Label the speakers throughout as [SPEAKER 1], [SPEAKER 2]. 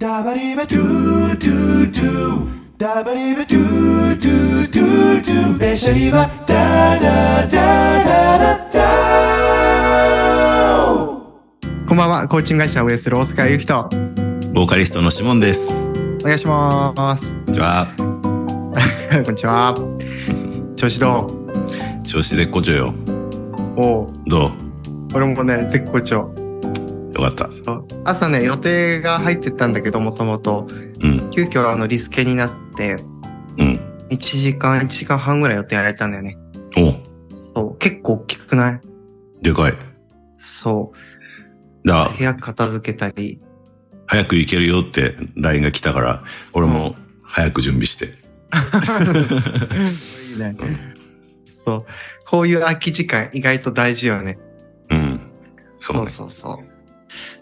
[SPEAKER 1] ダバリバドゥドゥドゥダバリバドゥドゥドゥドゥベシャリバダダダダダダ
[SPEAKER 2] こんばんは、コーチング会社ウエスロースカイユキと
[SPEAKER 3] ボーカリストのシモンです。
[SPEAKER 2] お願いします。
[SPEAKER 3] こんにちは。
[SPEAKER 2] こんにちは。調子どう
[SPEAKER 3] 調子絶好調よ。
[SPEAKER 2] おう
[SPEAKER 3] ど
[SPEAKER 2] 俺もね、絶好調。
[SPEAKER 3] うよかった。
[SPEAKER 2] そう朝ね、予定が入ってたんだけど、もともと、
[SPEAKER 3] うん、
[SPEAKER 2] 急遽あの、リスケになって、
[SPEAKER 3] うん。
[SPEAKER 2] 1時間、1時間半ぐらい予定やれたんだよね。
[SPEAKER 3] お
[SPEAKER 2] そう、結構大きくない
[SPEAKER 3] でかい。
[SPEAKER 2] そ
[SPEAKER 3] だ
[SPEAKER 2] う、部屋片付けたり、
[SPEAKER 3] 早く行けるよって LINE が来たから、俺も早く準備して。
[SPEAKER 2] いいね。そう、こういう空き時間意外と大事よね。
[SPEAKER 3] うん。
[SPEAKER 2] そ
[SPEAKER 3] そ
[SPEAKER 2] うう
[SPEAKER 3] ね
[SPEAKER 2] そうそう。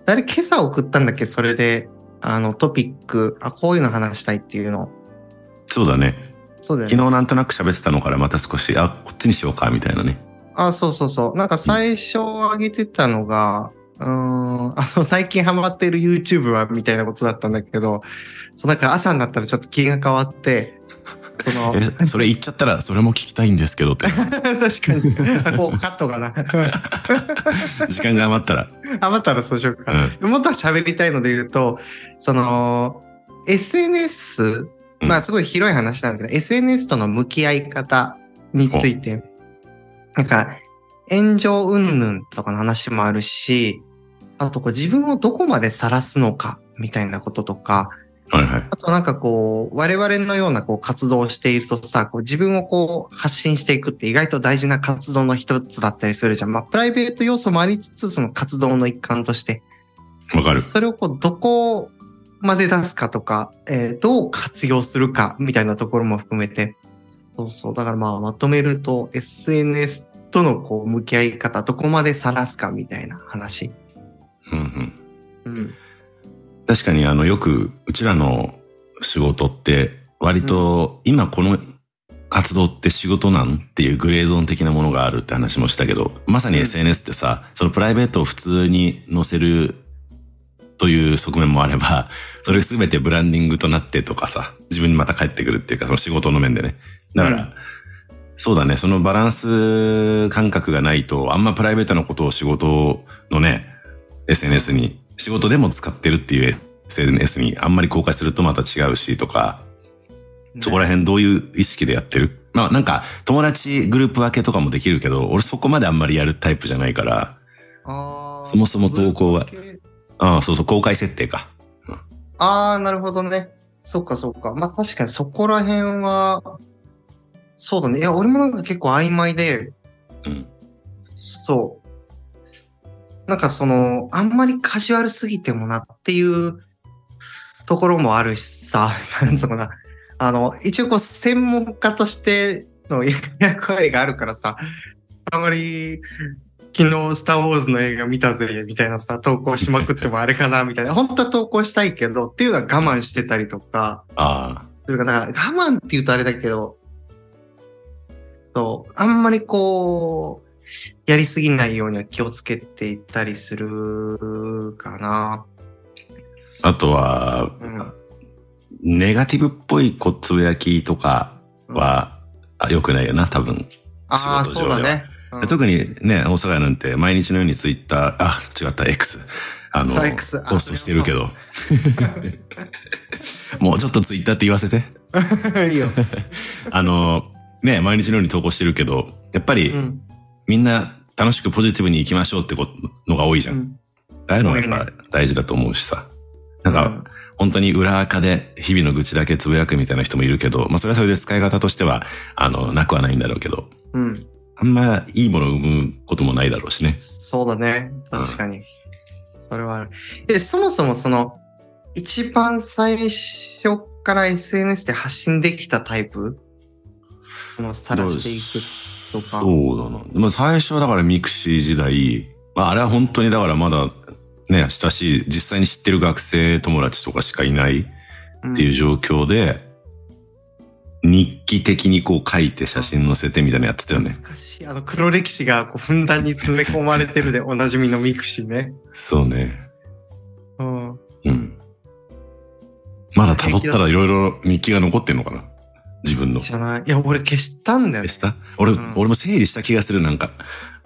[SPEAKER 2] 誰今朝送ったんだっけそれで、あの、トピック、あ、こういうの話したいっていうの。
[SPEAKER 3] そうだね。
[SPEAKER 2] そうだよ
[SPEAKER 3] 昨日
[SPEAKER 2] ね。
[SPEAKER 3] なんとなく喋ってたのからまた少し、あ、こっちにしようか、みたいなね。
[SPEAKER 2] あ、そうそうそう。なんか最初上げてたのが、うーん、あ、そう、最近ハマっている YouTube は、みたいなことだったんだけど、そう、なんか朝になったらちょっと気が変わって、その、
[SPEAKER 3] え、それ言っちゃったら、それも聞きたいんですけどって。
[SPEAKER 2] 確かに。あ、こう、カットかな。
[SPEAKER 3] 時間が余ったら。
[SPEAKER 2] 余ったらそうしようか
[SPEAKER 3] う
[SPEAKER 2] な。
[SPEAKER 3] ん。
[SPEAKER 2] もっと喋りたいので言うと、その、SNS、
[SPEAKER 3] うん
[SPEAKER 2] まあすごい広い話なんだけど、SNS との向き合い方について、なんか、炎上云々とかの話もあるし、あとこう自分をどこまで晒すのか、みたいなこととか、
[SPEAKER 3] はいはい。
[SPEAKER 2] あとなんかこう、我々のようなこう活動をしているとさ、こう自分をこう発信していくって意外と大事な活動の一つだったりするじゃん。まあプライベート要素もありつつ、その活動の一環として。
[SPEAKER 3] わかる。
[SPEAKER 2] それをこうどこまで出すかとか、えーどう活用するかみたいなところも含めて、そうそう。だからまあまとめると SNS とのこう向き合い方、どこまで晒すかみたいな話。
[SPEAKER 3] うんうん。
[SPEAKER 2] うん。
[SPEAKER 3] 確かにあのよくうちらの仕事って割と今この活動って仕事なんっていうグレーゾーン的なものがあるって話もしたけどまさに
[SPEAKER 2] うん
[SPEAKER 3] SNS ってさそのプライベートを普通に載せるという側面もあればそれ全てブランディングとなってとかさ自分にまた返ってくるっていうかその仕事の面でねだから、
[SPEAKER 2] う
[SPEAKER 3] そうだねそのバランス感覚がないとあんまプライベートなことを仕事のね SNS に仕事でも使ってるっていう SNS にあんまり公開するとまた違うしとか、そこら辺どういう意識でやってるまあなんか友達グループ分けとかもできるけど、俺そこまであんまりやるタイプじゃないから、
[SPEAKER 2] あー
[SPEAKER 3] そもそも投稿はああそうそう、公開設定か。
[SPEAKER 2] ああ、なるほどね。そっかそっか。まあ確かにそこら辺は、そうだね。いや、俺もなんか結構曖昧で、
[SPEAKER 3] うん。
[SPEAKER 2] そう。なんかその、あんまりカジュアルすぎてもなっていうところもあるしさ、なんつうのかな。あの、一応こう、専門家としての役割があるからさ、あんまり、昨日、スター・ウォーズの映画見たぜ、みたいなさ、投稿しまくってもあれかな、みたいな。本当は投稿したいけど、っていうのは我慢してたりとか、
[SPEAKER 3] あ
[SPEAKER 2] それから、我慢って言うとあれだけど、そう、あんまりこう、やりすぎないようには気をつけていったりするかな。
[SPEAKER 3] あ。あとは、
[SPEAKER 2] うん
[SPEAKER 3] ネガティブっぽいこうつぶやきとかは、あ良くないよな、多分。
[SPEAKER 2] ああ、
[SPEAKER 3] 仕
[SPEAKER 2] そ
[SPEAKER 3] 事
[SPEAKER 2] う
[SPEAKER 3] 上
[SPEAKER 2] だ
[SPEAKER 3] では
[SPEAKER 2] ね。うん
[SPEAKER 3] 特にね、大阪屋なんて毎日のようにツイッター、あ、違った、X。あの、
[SPEAKER 2] そう X あ
[SPEAKER 3] ポストしてるけど。 もうちょっとツイッターって言わせて。
[SPEAKER 2] いいよ。
[SPEAKER 3] あの、ね、毎日のように投稿してるけど、やっぱり、
[SPEAKER 2] うん。
[SPEAKER 3] みんな楽しくポジティブに行きましょうってことのが多いじゃ。
[SPEAKER 2] うんん
[SPEAKER 3] ああいうのがやっぱ大事だと思うしさ。なんか、
[SPEAKER 2] うん
[SPEAKER 3] 本当に裏垢で日々の愚痴だけつぶやくみたいな人もいるけど、まあそれはそれで使い方としては、あの、なくはないんだろうけど、
[SPEAKER 2] うん。
[SPEAKER 3] あんまいいものを生むこともないだろうしね。
[SPEAKER 2] そうだね。確かに。それはある。で、そもそもその、一番最初から SNS で発信できたタイプその、さらしていくとか。
[SPEAKER 3] そうだな。まあ、最初はだからミクシー時代、まあ、あれは本当にだからまだね、親しい、実際に知ってる学生友達とかしかいない
[SPEAKER 2] うん
[SPEAKER 3] っていう状況で、日記的にこう書いて写真載せてみたいなのやってたよね。
[SPEAKER 2] 懐かしい。あの、黒歴史がこうふんだんに詰め込まれてるでおなじみのミクシーね。
[SPEAKER 3] そうね。
[SPEAKER 2] うん。
[SPEAKER 3] うん。まだ辿ったらいろいろ日記が残ってんのかな自分の。
[SPEAKER 2] じゃない。いや、俺消したんだよ
[SPEAKER 3] で
[SPEAKER 2] ね。
[SPEAKER 3] した俺、
[SPEAKER 2] うん
[SPEAKER 3] 俺も整理した気がする、なんか。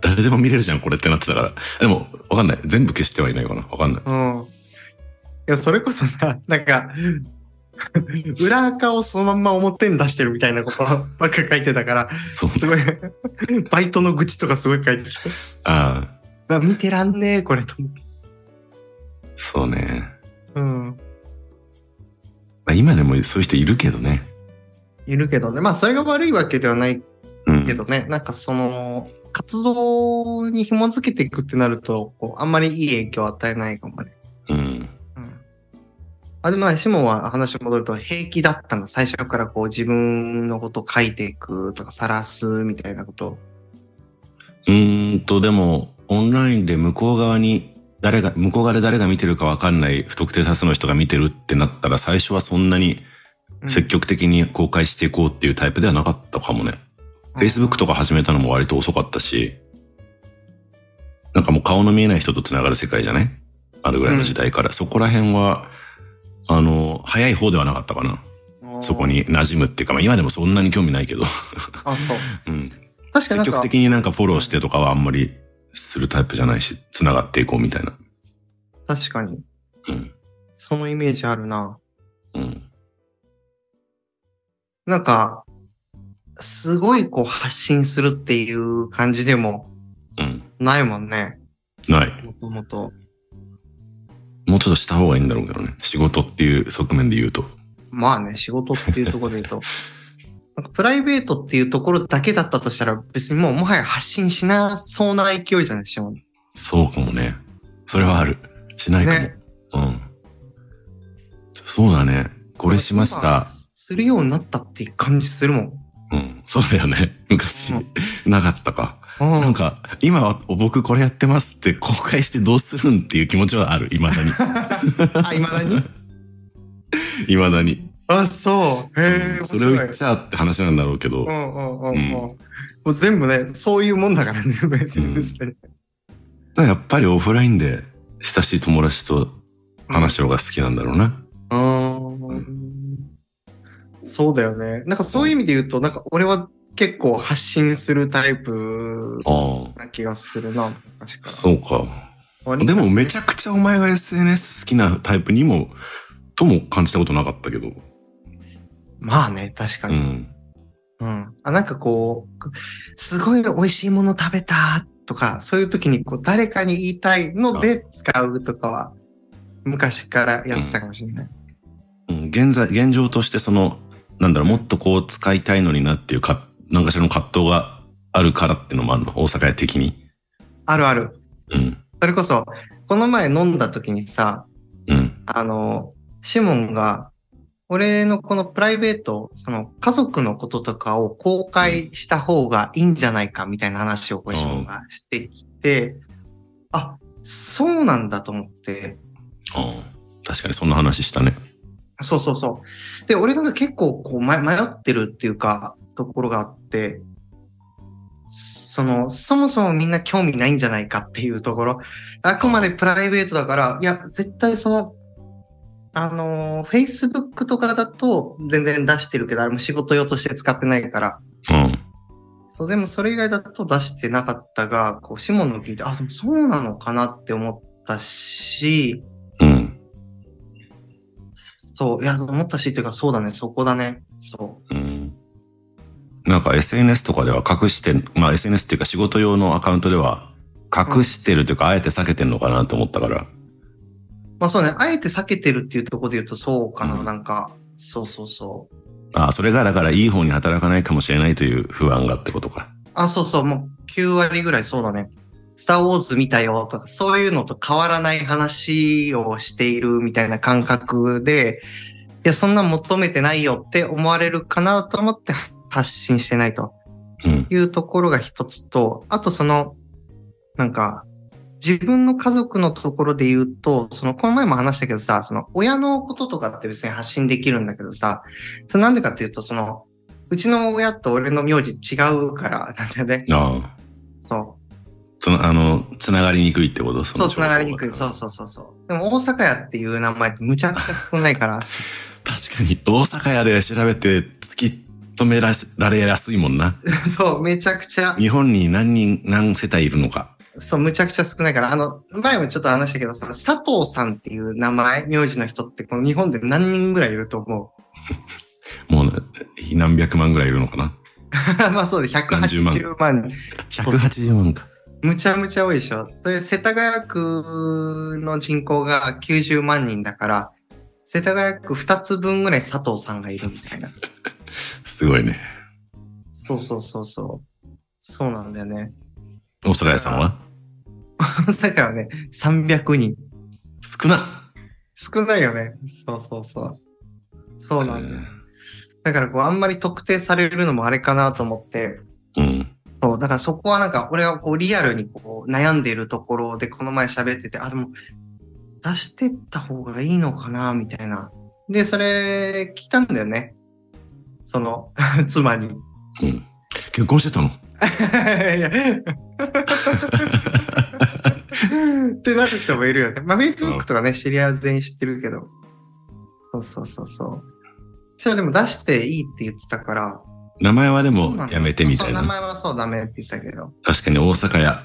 [SPEAKER 3] 誰でも見れるじゃん、これってなってたから。でも、わかんない。全部消してはいないかな。わかんない。
[SPEAKER 2] うん。いや、それこそさ、なんか、裏垢をそのまんま表に出してるみたいなことばっか書いてたから、
[SPEAKER 3] そう。
[SPEAKER 2] すごい、 バイトの愚痴とかすごい書いてた。
[SPEAKER 3] あ
[SPEAKER 2] うわ見てらんねえ、これと思って。
[SPEAKER 3] あ、そうね。
[SPEAKER 2] うん。
[SPEAKER 3] まあ、今でもそういう人いるけどね。
[SPEAKER 2] いるけどね。まあ、それが悪いわけではない
[SPEAKER 3] うん。
[SPEAKER 2] けどね。なんかその、活動に紐づけていくってなると、こうあんまりいい影響を与えないかもね。
[SPEAKER 3] うん。
[SPEAKER 2] うん。あ、でもまあ、シモンは話戻ると、平気だったんだ。最初からこう自分のことを書いていくとか、晒すみたいなこと。
[SPEAKER 3] うーんと、でも、オンラインで向こう側に、誰が、向こう側で誰が見てるかわかんない不特定多数の人が見てるってなったら、最初はそんなに
[SPEAKER 2] うん
[SPEAKER 3] 積極的に公開していこうっていうタイプではなかったかもね。Facebook とか始めたのも割と遅かったし、なんかもう顔の見えない人と繋がる世界じゃないあるぐらいの時代から。そこら辺は、あの、早い方ではなかったかな。
[SPEAKER 2] うん
[SPEAKER 3] そこ。に馴染むっていうか、まあ今でもそんなに興味ないけど。
[SPEAKER 2] あ、そう。
[SPEAKER 3] うん。
[SPEAKER 2] 確かにな
[SPEAKER 3] 積
[SPEAKER 2] ん
[SPEAKER 3] 極
[SPEAKER 2] か、
[SPEAKER 3] 的になんかフォローしてとかはあんまりするタイプじゃないし、繋がっていこうみたいな。
[SPEAKER 2] 確かに。
[SPEAKER 3] うん。
[SPEAKER 2] そのイメージあるな。
[SPEAKER 3] うん。
[SPEAKER 2] なんか、すごいこう発信するっていう感じでも
[SPEAKER 3] うん。
[SPEAKER 2] ないもんね。
[SPEAKER 3] ない。
[SPEAKER 2] もともと。
[SPEAKER 3] もうちょっとした方がいいんだろうけどね。仕事っていう側面で言うと。
[SPEAKER 2] まあね、仕事っていうところで 言うと。なんかプライベートっていうところだけだったとしたら別にもうもはや発信しなそうな勢いじゃないでしょ。
[SPEAKER 3] そうかもね。それはある。しないかも。
[SPEAKER 2] ね
[SPEAKER 3] うん。そうだね。これしました。
[SPEAKER 2] するようになったっていう感じするもん。
[SPEAKER 3] うん。そうだよね。 昔、なかったか。
[SPEAKER 2] うん
[SPEAKER 3] なんか、今は僕これやってますって公開してどうするんっていう気持ちはある。未だ に。
[SPEAKER 2] あ、未だ に
[SPEAKER 3] 未だに。
[SPEAKER 2] あ、そう。へえ、
[SPEAKER 3] それを言っ
[SPEAKER 2] 面白い
[SPEAKER 3] ちゃって話なんだろうけど。
[SPEAKER 2] うんうんうんうん。
[SPEAKER 3] うん
[SPEAKER 2] もう全部ね、そういうもんだからね、別に。
[SPEAKER 3] だからやっぱりオフラインで親しい友達と話し合うのが好きなんだろうな。
[SPEAKER 2] うーんそうだよね。なんかそういう意味で言うと、なんか俺は結構発信するタイプ
[SPEAKER 3] あ
[SPEAKER 2] な気がするな、昔か
[SPEAKER 3] あ、
[SPEAKER 2] ら。
[SPEAKER 3] そうか。でもめちゃくちゃお前が SNS 好きなタイプにも、とも感じたことなかったけど。
[SPEAKER 2] まあね、確か
[SPEAKER 3] う
[SPEAKER 2] に。
[SPEAKER 3] ん。
[SPEAKER 2] うん。あなんかこう、すごい美味しいもの食べたとか、そういう時にこう誰かに言いたいので使うとかは、昔からやってたかもしれない。
[SPEAKER 3] うん現在、現状としてその、なんだろう、もっとこう使いたいのになっていうか、なんかしらの葛藤があるからっていうのもあるの。大阪屋的に。
[SPEAKER 2] あるある。
[SPEAKER 3] うん。
[SPEAKER 2] それこそ、この前飲んだ時にさ、
[SPEAKER 3] うん。
[SPEAKER 2] あの、シモンが、俺のこのプライベート、その家族のこととかを公開した方がいいんじゃないかみたいな話をこれシモンがしてきて、あ、そうなんだと思って、
[SPEAKER 3] ああ確かにそんな話したね。
[SPEAKER 2] そうそうそう。で、俺なんか結構こうま迷ってるっていうか、ところがあって、その、そもそもみんな興味ないんじゃないかっていうところ、あくまでプライベートだから、いや、絶対その、あのー、Facebook とかだと全然出してるけど、あれも仕事用として使ってないから、
[SPEAKER 3] うん。
[SPEAKER 2] そう、でもそれ以外だと出してなかったが、こう、シモンの聞いて、あ、でもそうなのかなって思ったし、
[SPEAKER 3] うん。
[SPEAKER 2] そう、いや、思ったしっていうか、そうだね、そこだね、そう。
[SPEAKER 3] うん。なんか SNS とかでは隠して、まあ SNS っていうか仕事用のアカウントでは隠してるというか、あえて避けてんのかなと思ったから。
[SPEAKER 2] まあそうね、あえて避けてるっていうところで言うとそうかな、
[SPEAKER 3] うん
[SPEAKER 2] なんか、そうそうそう。
[SPEAKER 3] ああ、それがだからいい方に働かないかもしれないという不安がってことか。
[SPEAKER 2] あ、そうそう、もう9割ぐらいそうだね。スターウォーズ見たよとか、そういうのと変わらない話をしているみたいな感覚で、いや、そんな求めてないよって思われるかなと思って発信してないと
[SPEAKER 3] うん。
[SPEAKER 2] いうところが一つと、あとその、なんか、自分の家族のところで言うと、その、この前も話したけどさ、その、親のこととかって別に発信できるんだけどさ、それなんでかっていうと、その、うちの親と俺の名字違うから、なんだよね。
[SPEAKER 3] ああ。
[SPEAKER 2] そう。
[SPEAKER 3] その、あの、つながりにくいってことその
[SPEAKER 2] そう、つながりにくい。そうそうそうそう。でも、大阪屋っていう名前ってむちゃくちゃ少ないから、
[SPEAKER 3] 確かに、大阪屋で調べて突き止めらせられやすいもんな。
[SPEAKER 2] そう、めちゃくちゃ、
[SPEAKER 3] 日本に何人、何世帯いるのか。
[SPEAKER 2] そう、むちゃくちゃ少ないから、あの、前もちょっと話したけどさ、佐藤さんっていう名前、名字の人って、この日本で何人ぐらいいると思う
[SPEAKER 3] もう、何百万ぐらいいるのかな。
[SPEAKER 2] まあそうで、180万人。
[SPEAKER 3] 180万か。
[SPEAKER 2] むちゃむちゃ多いでしょ。それ、世田谷区の人口が90万人だから、世田谷区2つ分ぐらい佐藤さんがいるみたいな。
[SPEAKER 3] すごいね。
[SPEAKER 2] そうそうそうそう。そうなんだよね。
[SPEAKER 3] 大阪屋さんは
[SPEAKER 2] 大阪はね、300人。
[SPEAKER 3] 少な
[SPEAKER 2] 少ないよね。そうそうそう。そうなんだよ。だからこう、あんまり特定されるのもあれかなと思って、
[SPEAKER 3] うん。
[SPEAKER 2] そう、だからそこはなんか、俺がこう、リアルにこう、悩んでいるところで、この前喋ってて、あ、でも、出してった方がいいのかな、みたいな。で、それ、聞いたんだよね。その、 妻に。い
[SPEAKER 3] うん。結婚してたの
[SPEAKER 2] やってなる人もいるよね。まあ、Facebook とかね、知り合いは全員知ってるけど。そうそうそうそう。それでも出していいって言ってたから。
[SPEAKER 3] 名前はで
[SPEAKER 2] そうな
[SPEAKER 3] も
[SPEAKER 2] んだ
[SPEAKER 3] やめてみたい
[SPEAKER 2] そう
[SPEAKER 3] な。
[SPEAKER 2] 名前はそうダメって言ってたけど。
[SPEAKER 3] 確かに大阪屋っ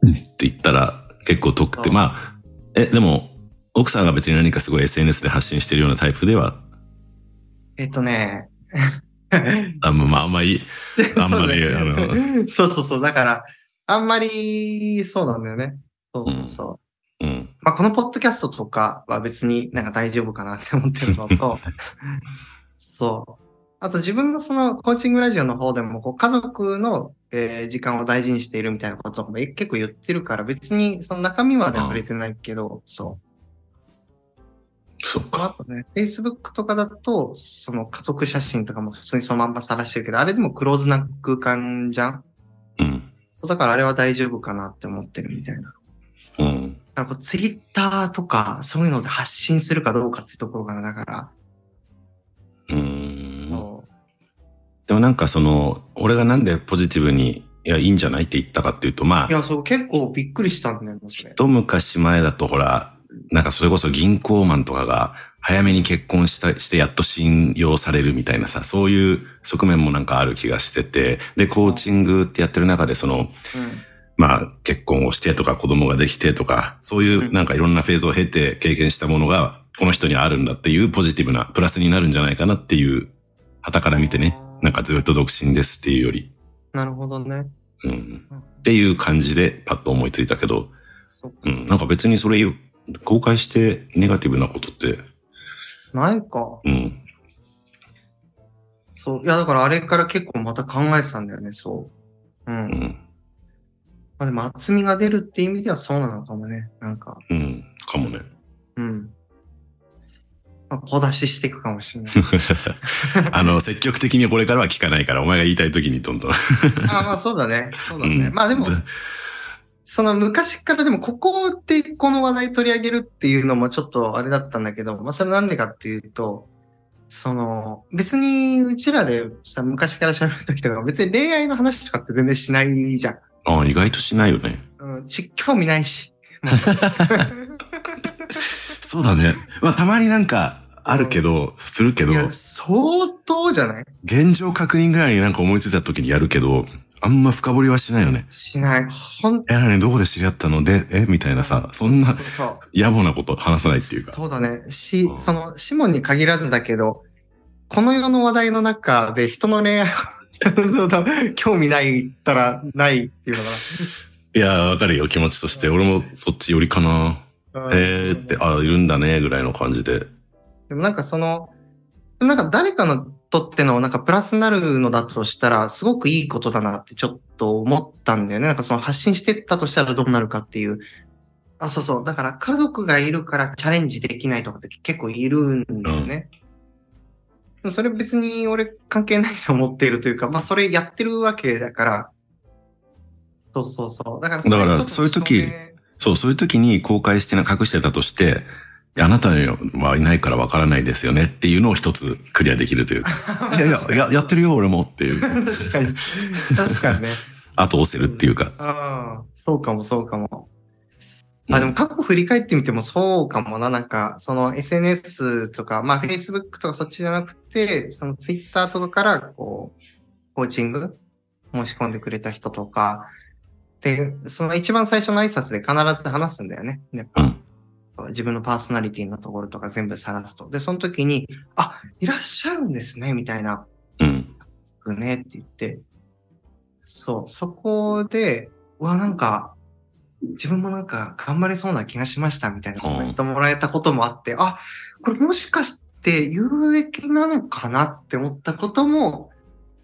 [SPEAKER 3] て言ったら結構遠く
[SPEAKER 2] そ
[SPEAKER 3] て、
[SPEAKER 2] う
[SPEAKER 3] まあ、え、でも、奥さんが別に何かすごい SNS で発信してるようなタイプでは、
[SPEAKER 2] えっとね。
[SPEAKER 3] あんま、まあ、あん まり、あんまり、あの、
[SPEAKER 2] そうそうそう。だから、あんまり、そうなんだよね。そうそうそう。
[SPEAKER 3] うん。
[SPEAKER 2] まあ、このポッドキャストとかは別になんか大丈夫かなって思ってるの と、そう。あと自分のそのコーチングラジオの方でも、こう家族の、えー時間を大事にしているみたいなこともえ結構言ってるから、別にその中身までは触れてないけど、そう。
[SPEAKER 3] そっ
[SPEAKER 2] まあ
[SPEAKER 3] か。
[SPEAKER 2] あとね、Facebook とかだと、その家族写真とかも普通にそのまんま晒してるけど、あれでもクローズな空間じゃん
[SPEAKER 3] うん。
[SPEAKER 2] そう、だからあれは大丈夫かなって思ってるみたいな。だ
[SPEAKER 3] うん。
[SPEAKER 2] からこう、ツイッターとか、そういうので発信するかどうかってところかな。だから、
[SPEAKER 3] うん。
[SPEAKER 2] も
[SPEAKER 3] でもなんかその、俺がなんでポジティブに、いや、いいんじゃないって言ったかっていうと、ま
[SPEAKER 2] うい
[SPEAKER 3] あ、
[SPEAKER 2] や、そう、結構びっくりしたんだよね、それ。
[SPEAKER 3] 一昔前だとほら、なんかそれこそ銀行マンとかが早めに結婚した、してやっと信用されるみたいなさ、そういう側面もなんかある気がしてて、で、コーチングってやってる中で、その、まあ、結婚をしてとか子供ができてとか、そういううんなんかいろんなフェーズを経て経験したものが、この人にあるんだっていうポジティブな、プラスになるんじゃないかなっていう、旗から見てね、なんかずっと独身ですっていうより、
[SPEAKER 2] なるほどね。
[SPEAKER 3] うん、
[SPEAKER 2] うん
[SPEAKER 3] っていう感じでパッと思いついたけど、
[SPEAKER 2] そうか
[SPEAKER 3] うん、なんか別にそれ公開してネガティブなことって、
[SPEAKER 2] ないか。
[SPEAKER 3] うん、
[SPEAKER 2] そう。いや、だからあれから結構また考えてたんだよね、そう。うん。
[SPEAKER 3] う
[SPEAKER 2] ま
[SPEAKER 3] ん、
[SPEAKER 2] あでも厚みが出るって意味ではそうなのかもね。なんか、
[SPEAKER 3] うん、かもね。
[SPEAKER 2] うん。まあ、小出ししていくかもしれ ない。
[SPEAKER 3] あの、積極的にこれからは聞かないから、お前が言いたい時にどんどん。
[SPEAKER 2] あまあそうだね。そうだ
[SPEAKER 3] う
[SPEAKER 2] ね。
[SPEAKER 3] ん
[SPEAKER 2] まあでも、その昔からでもここでこの話題取り上げるっていうのもちょっとあれだったんだけど、まあそれなんでかっていうと、その別にうちらでさ昔から喋るときとか別に恋愛の話とかって全然しないじゃん。
[SPEAKER 3] ああ、意外としないよね。
[SPEAKER 2] うん、し興味ないし。
[SPEAKER 3] そうだね。まあ、たまになんか、あるけど、するけど
[SPEAKER 2] い、や、相当じゃない
[SPEAKER 3] 現状確認ぐらいになんか思いついた時にやるけど、あんま深掘りはしないよね。
[SPEAKER 2] しない。ほん
[SPEAKER 3] え、なにどこで知り合ったので、えみたいなさ、そんな
[SPEAKER 2] そうそう。
[SPEAKER 3] 野暮なこと話さないっていうか。
[SPEAKER 2] そうだね。し、
[SPEAKER 3] うん
[SPEAKER 2] その、シモンに限らずだけど、この世の話題の中で人の恋愛を そうだ興味ないったらないっていうの
[SPEAKER 3] いやー、わかるよ、気持ちとして。俺もそっち寄りかな。
[SPEAKER 2] が。うん
[SPEAKER 3] えーって、あいるんだね、ぐらいの感じで。
[SPEAKER 2] でもなんかその、なんか誰かのとってのなんかプラスになるのだとしたら、すごくいいことだなってちょっと思ったんだよね。なんかその発信してったとしたらどうなるかっていう。あ、そうそう。だから家族がいるからチャレンジできないとかって結構いるんだよね。でもそれ別に俺関係ないと思っているというか、まあそれやってるわけだから。そうそうそう。だかられ
[SPEAKER 3] だから
[SPEAKER 2] 一つの
[SPEAKER 3] そういう時
[SPEAKER 2] 証明
[SPEAKER 3] そう、そういう時に公開してな、隠してたとして、いやあなたにはいないからわからないですよねっていうのを一つクリアできるというか。 いやいや、ややってるよ、俺もってい う。
[SPEAKER 2] 確かに。確かにね。
[SPEAKER 3] あと押せるっていうか。
[SPEAKER 2] ああ、そうかもそうかも。あ、でも過去振り返ってみてもそうかもな。なんか、その SNS とか、まあ Facebook とかそっちじゃなくて、その Twitter とかから、こう、コーチング申し込んでくれた人とか、で、その一番最初の挨拶で必ず話すんだよね。ね
[SPEAKER 3] うん
[SPEAKER 2] 自分のパーソナリティのところとか全部さらすと。で、その時に、あ、いらっしゃるんですね、みたいな。
[SPEAKER 3] うん。
[SPEAKER 2] くねって言って、そう、そこで、うわ、なんか、自分もなんか頑張れそうな気がしましたみたいなコメントもらえたこともあって、あ、これもしかして有益なのかなって思ったことも、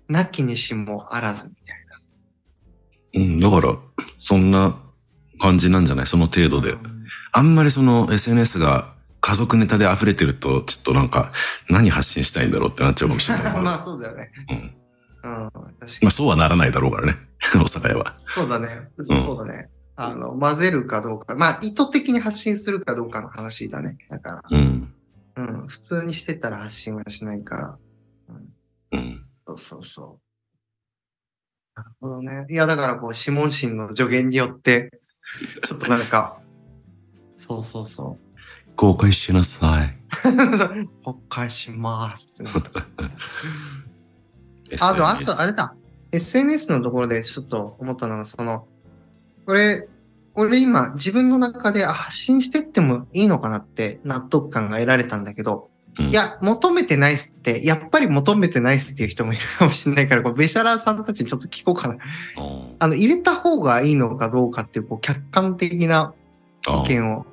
[SPEAKER 2] なきにしもあらずみたい
[SPEAKER 3] うん。だから、そんな感じなんじゃないその程度
[SPEAKER 2] な。
[SPEAKER 3] で。あんまりその SNS が家族ネタで溢れてると、ちょっとなんか、何発信したいんだろうってなっちゃうかもしれないか ら。
[SPEAKER 2] まあそうだよね。
[SPEAKER 3] うん
[SPEAKER 2] うん、確かに
[SPEAKER 3] まあ、そうはならないだろうからね。 大阪屋は。
[SPEAKER 2] そうだね。そうだね。あの、混ぜるかどうか。まあ、意図的に発信するかどうかの話だね。だから。
[SPEAKER 3] うん。
[SPEAKER 2] うん、普通にしてたら発信はしないから。
[SPEAKER 3] うん。
[SPEAKER 2] そうそうそう。なるほどね。いや、だからこう、指紋心の助言によ って、ちょっとなんか、そうそうそ
[SPEAKER 3] 公開しなさい。
[SPEAKER 2] う。 ほっかし ます。あと、あと、あれだ。SNS のところでちょっと思ったのが、その、これ、俺今自分の中であ発信してってもいいのかなって納得感が得られたんだけど、
[SPEAKER 3] うん
[SPEAKER 2] いや、求めてないっすって、やっぱり求めてないっすっていう人もいるかもしれないから、こうベシャラーさんたちにちょっと聞こうかな。
[SPEAKER 3] うん
[SPEAKER 2] あの、入れた方がいいのかどうかっていう、こう、客観的な
[SPEAKER 3] あ
[SPEAKER 2] 意見を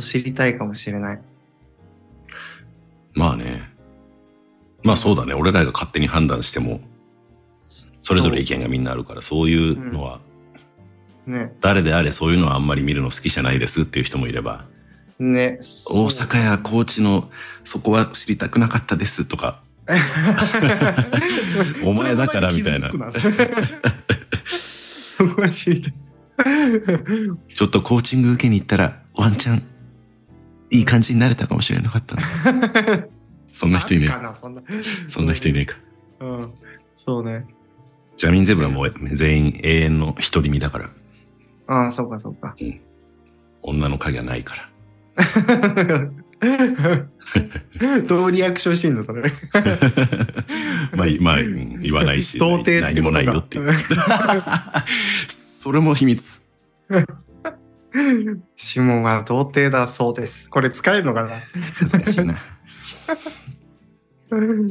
[SPEAKER 2] 知りたいかもしれない。
[SPEAKER 3] まあね。まあそうだね。俺らが勝手に判断しても、それぞれ意見がみんなあるから、そういうのは、
[SPEAKER 2] ね。
[SPEAKER 3] 誰であれそういうのはあんまり見るの好きじゃないですっていう人もいれば、
[SPEAKER 2] ね。
[SPEAKER 3] 大阪や高知のそこは知りたくなかったですとか、お前だからみたいな
[SPEAKER 2] その前に傷つくなそこは知りたい。
[SPEAKER 3] ちょっとコーチング受けに行ったら、ワンチャン、いい感じになれたかもしれなかったな。そんな人いね
[SPEAKER 2] あるかなそんな。
[SPEAKER 3] え。そんな人いねえか。
[SPEAKER 2] うん。そうね。
[SPEAKER 3] ジャミンゼブラも全員永遠の独り身だから、
[SPEAKER 2] ああ、そうか、そうか。
[SPEAKER 3] 女の影はないから。
[SPEAKER 2] どうリアクションしてんの、それ。
[SPEAKER 3] まあ、いまあ、うん言わないし、
[SPEAKER 2] 童貞って
[SPEAKER 3] 何もないよっていう。それも秘密。
[SPEAKER 2] 指紋が童貞だそうです。これ使えるのかな
[SPEAKER 3] 恥ずかしい な。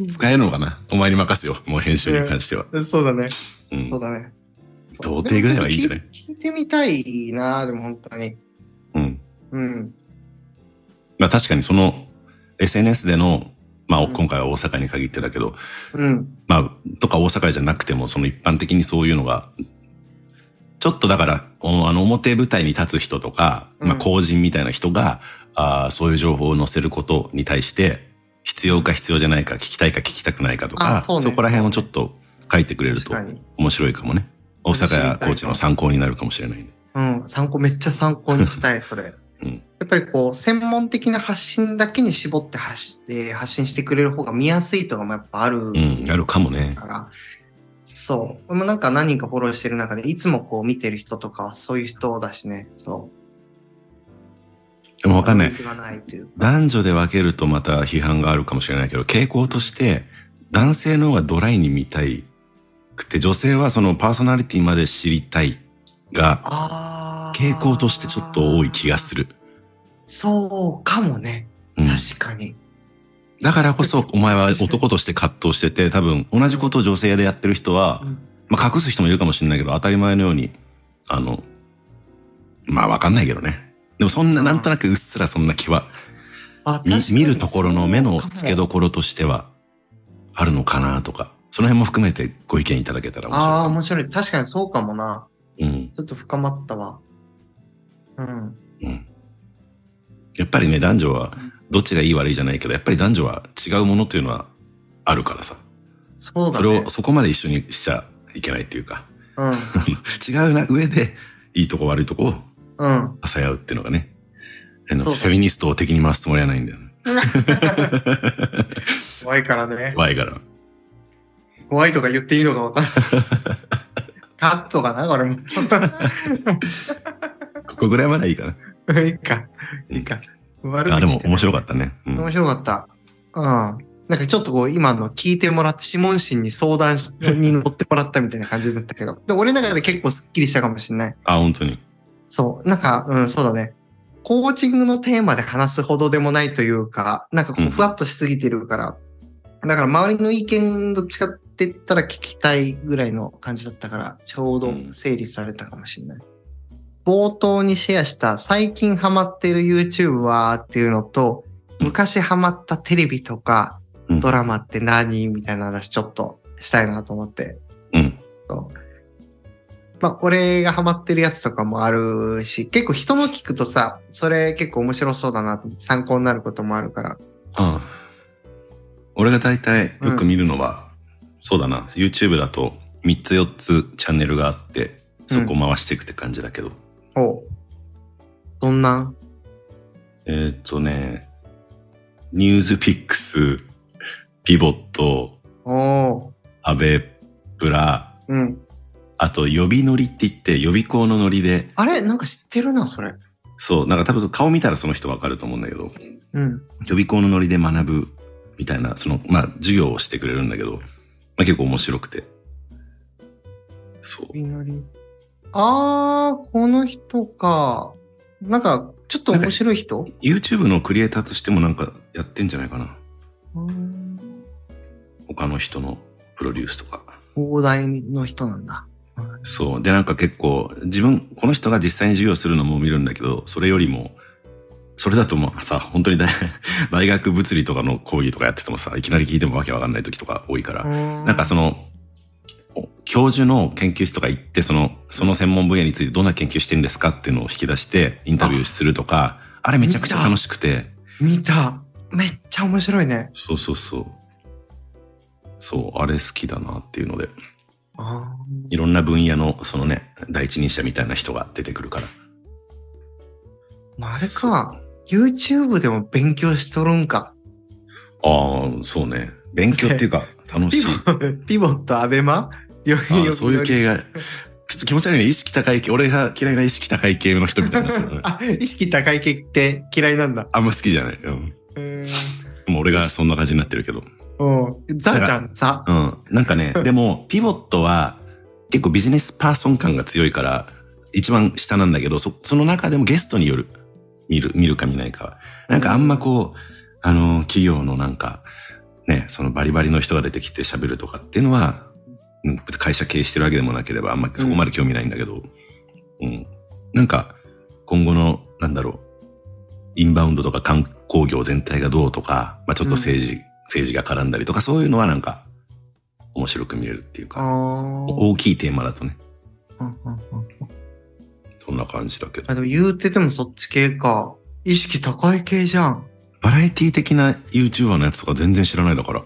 [SPEAKER 3] 使えるのかなお前に任せよう。もう編集に関しては。
[SPEAKER 2] そうだね。
[SPEAKER 3] うん
[SPEAKER 2] そうだね。
[SPEAKER 3] 童貞ぐらいはいいんじゃない
[SPEAKER 2] 聞いてみたいな、でも本当に。
[SPEAKER 3] うん。
[SPEAKER 2] うん。
[SPEAKER 3] まあ確かにその SNS での、まあ
[SPEAKER 2] うん
[SPEAKER 3] 今回は大阪に限ってだけど、
[SPEAKER 2] うん。
[SPEAKER 3] まあ、とか大阪じゃなくても、その一般的にそういうのが、ちょっとだから、おあの、表舞台に立つ人とか、まあ、
[SPEAKER 2] うん
[SPEAKER 3] 公人みたいな人が、あーそういう情報を載せることに対して、必要か必要じゃないか、聞きたいか聞きたくないかとか、
[SPEAKER 2] あそうね
[SPEAKER 3] こら辺をちょっと書いてくれる
[SPEAKER 2] 確
[SPEAKER 3] と
[SPEAKER 2] かに。
[SPEAKER 3] 面白いかもね。大阪や高知の参考になるかもしれないね。
[SPEAKER 2] うん。参考、めっちゃ参考にしたい、それ。
[SPEAKER 3] うん
[SPEAKER 2] やっぱりこう、専門的な発信だけに絞って発し、えー発信してくれる方が見やすいとかもやっぱある
[SPEAKER 3] うん、あるかもね。
[SPEAKER 2] から、そう。俺もなんか何人かフォローしてる中で、いつもこう見てる人とかはそういう人だしね、そう。
[SPEAKER 3] でもわかんない
[SPEAKER 2] ニー。ズがないという
[SPEAKER 3] 男女で分けるとまた批判があるかもしれないけど、傾向として男性の方がドライに見たいくて、女性はそのパーソナリティまで知りたいが、
[SPEAKER 2] あー
[SPEAKER 3] 傾向としてちょっと多い気がする。
[SPEAKER 2] そうかもね。
[SPEAKER 3] うん、
[SPEAKER 2] 確かに。
[SPEAKER 3] だからこそお前は男として葛藤してて、多分同じことを女性でやってる人は
[SPEAKER 2] う、ん
[SPEAKER 3] まあ隠す人もいるかもしれないけど、当たり前のように、あの、まあ分かんないけどね。でもそんな、なんとなくうっすらそんな気は、
[SPEAKER 2] あ
[SPEAKER 3] み
[SPEAKER 2] 確かに
[SPEAKER 3] 見るところの目の付け
[SPEAKER 2] そうかも
[SPEAKER 3] どころとしてはあるのかなとか、その辺も含めてご意見いただけたら面白い
[SPEAKER 2] ああ、
[SPEAKER 3] かも
[SPEAKER 2] 面白い。確かにそうかもな。
[SPEAKER 3] うん
[SPEAKER 2] ちょっと深まったわ。うん。
[SPEAKER 3] うん。やっぱりね、男女はどっちがいい悪いじゃないけど、やっぱり男女は違うものというのはあるからさ。
[SPEAKER 2] そうだ
[SPEAKER 3] それ
[SPEAKER 2] ね
[SPEAKER 3] を。そこまで一緒にしちゃいけないっていうか、
[SPEAKER 2] うん。
[SPEAKER 3] 違うな上でいいとこ悪いとこを
[SPEAKER 2] うん。
[SPEAKER 3] 支え合うっていうのがね、あの
[SPEAKER 2] そ
[SPEAKER 3] フ
[SPEAKER 2] うだね
[SPEAKER 3] ェミニストを敵に回すつもりはないんだよね。
[SPEAKER 2] 怖いからね。
[SPEAKER 3] 怖いから。
[SPEAKER 2] 怖いとか言っていいのかわか らない。カットかなこれも。
[SPEAKER 3] ここぐらいまではいいかな。
[SPEAKER 2] いいか、いいか。悪
[SPEAKER 3] あ、でも面白か
[SPEAKER 2] っ
[SPEAKER 3] ったね。うん
[SPEAKER 2] 面白かった。うん。なんかちょっとこう、今の聞いてもらって、諮問心に相談しに乗ってもらったみたいな感じだったけど、で俺の中で結構スッキリしたかもしれない。
[SPEAKER 3] あ、本当に。
[SPEAKER 2] そう。なんか、うん、そうだね。コーチングのテーマで話すほどでもないというか、なんかこ
[SPEAKER 3] う
[SPEAKER 2] う、
[SPEAKER 3] ん
[SPEAKER 2] ふわっとしすぎてるから、だから周りの意見どっちかって言ったら聞きたいぐらいの感じだったから、ちょうど整理されたかもしれない。冒頭にシェアした最近ハマってる YouTube はっていうのと、
[SPEAKER 3] うん
[SPEAKER 2] 昔ハマったテレビとか
[SPEAKER 3] うん
[SPEAKER 2] ドラマって何みたいな話ちょっとしたいなと思って。
[SPEAKER 3] うん。
[SPEAKER 2] そうまあ、俺がハマってるやつとかもあるし、結構人の聞くとさ、それ結構面白そうだなと思って参考になることもあるから。
[SPEAKER 3] ああ俺が大体よく見るのは、そうだな、YouTube だと3つ4つチャンネルがあって、そこ回していくって感じだけど。
[SPEAKER 2] おうどんな
[SPEAKER 3] えーっとね、ニュースピックス、ピボット、
[SPEAKER 2] おう
[SPEAKER 3] アベプラ、
[SPEAKER 2] うん。
[SPEAKER 3] あと予備ノリって言って予備校のノリで、
[SPEAKER 2] あれなんか知ってるな、それ。
[SPEAKER 3] そう、なんか多分顔見たらその人わかると思うんだけど、
[SPEAKER 2] うん。
[SPEAKER 3] 予備校のノリで学ぶみたいな、その、まあ、授業をしてくれるんだけど、まあ、結構面白くて。そう。
[SPEAKER 2] あー、この人か。なんか、ちょっと面白い人
[SPEAKER 3] YouTube のクリエイターとしてもなんかやってんじゃないかな。
[SPEAKER 2] うん
[SPEAKER 3] 他の人のプロデュースとか。
[SPEAKER 2] 膨大の人なんだ。
[SPEAKER 3] そう。で、なんか結構、自分、この人が実際に授業するのも見るんだけど、それよりも、それだともうさ、本当に大 大学物理とかの講義とかやっててもさ、いきなり聞いてもわけわかんない時とか多いから、
[SPEAKER 2] な
[SPEAKER 3] なんかその、お教授の研究室とか行って、その、その専門分野についてどんな研究してるんですかっていうのを引き出して、インタビューするとか、あれめちゃくちゃ楽しくて、
[SPEAKER 2] 見た。めっちゃ面白いね。
[SPEAKER 3] そうそうそう。そう、あれ好きだなっていうので、
[SPEAKER 2] あ
[SPEAKER 3] いろんな分野の、そのね、第一人者みたいな人が出てくるか
[SPEAKER 2] ー
[SPEAKER 3] ら。
[SPEAKER 2] まあ、あれか。YouTube でも勉強しとるんか。
[SPEAKER 3] ああ、そうね。勉強ってい うか、楽
[SPEAKER 2] ピ
[SPEAKER 3] しい
[SPEAKER 2] ボ。ピボット、アベマよ
[SPEAKER 3] あーそういう系が、ちょっと気持ち悪いね。意識高い系、俺が嫌いな意識高い系の人みたいにな ってるね
[SPEAKER 2] あ、意識高い系って嫌いなんだ。
[SPEAKER 3] あんま好きじゃない。うん。
[SPEAKER 2] うーん。
[SPEAKER 3] もう俺がそんな感じになってるけど。
[SPEAKER 2] うんザちゃん、ザ。
[SPEAKER 3] うん。なんかね、でも、ピボットは結構ビジネスパーソン感が強いから、一番下なんだけど、そその中でもゲストによる。見る、見るか見ないかは。なんかあんまこう、あの、企業のなんか、ね、そのバリバリの人が出てきて喋るとかっていうのは、うん会社経営してるわけでもなければ、あんまそこまで興味ないんだけど、うん。なんか、今後の、なんだろう、インバウンドとか観光業全体がどうとか、まあちょっと政治、政治が絡んだりとか、そういうのはなんか、面白く見れるっていう
[SPEAKER 2] あ
[SPEAKER 3] か、
[SPEAKER 2] ー
[SPEAKER 3] 大きいテーマだとね、
[SPEAKER 2] うんうんうん
[SPEAKER 3] そんな感じだけど
[SPEAKER 2] あ、。でも言うててもそっち系か。意識高い系じゃん。
[SPEAKER 3] バラエティ的な YouTuber のやつとか全然知らないだから。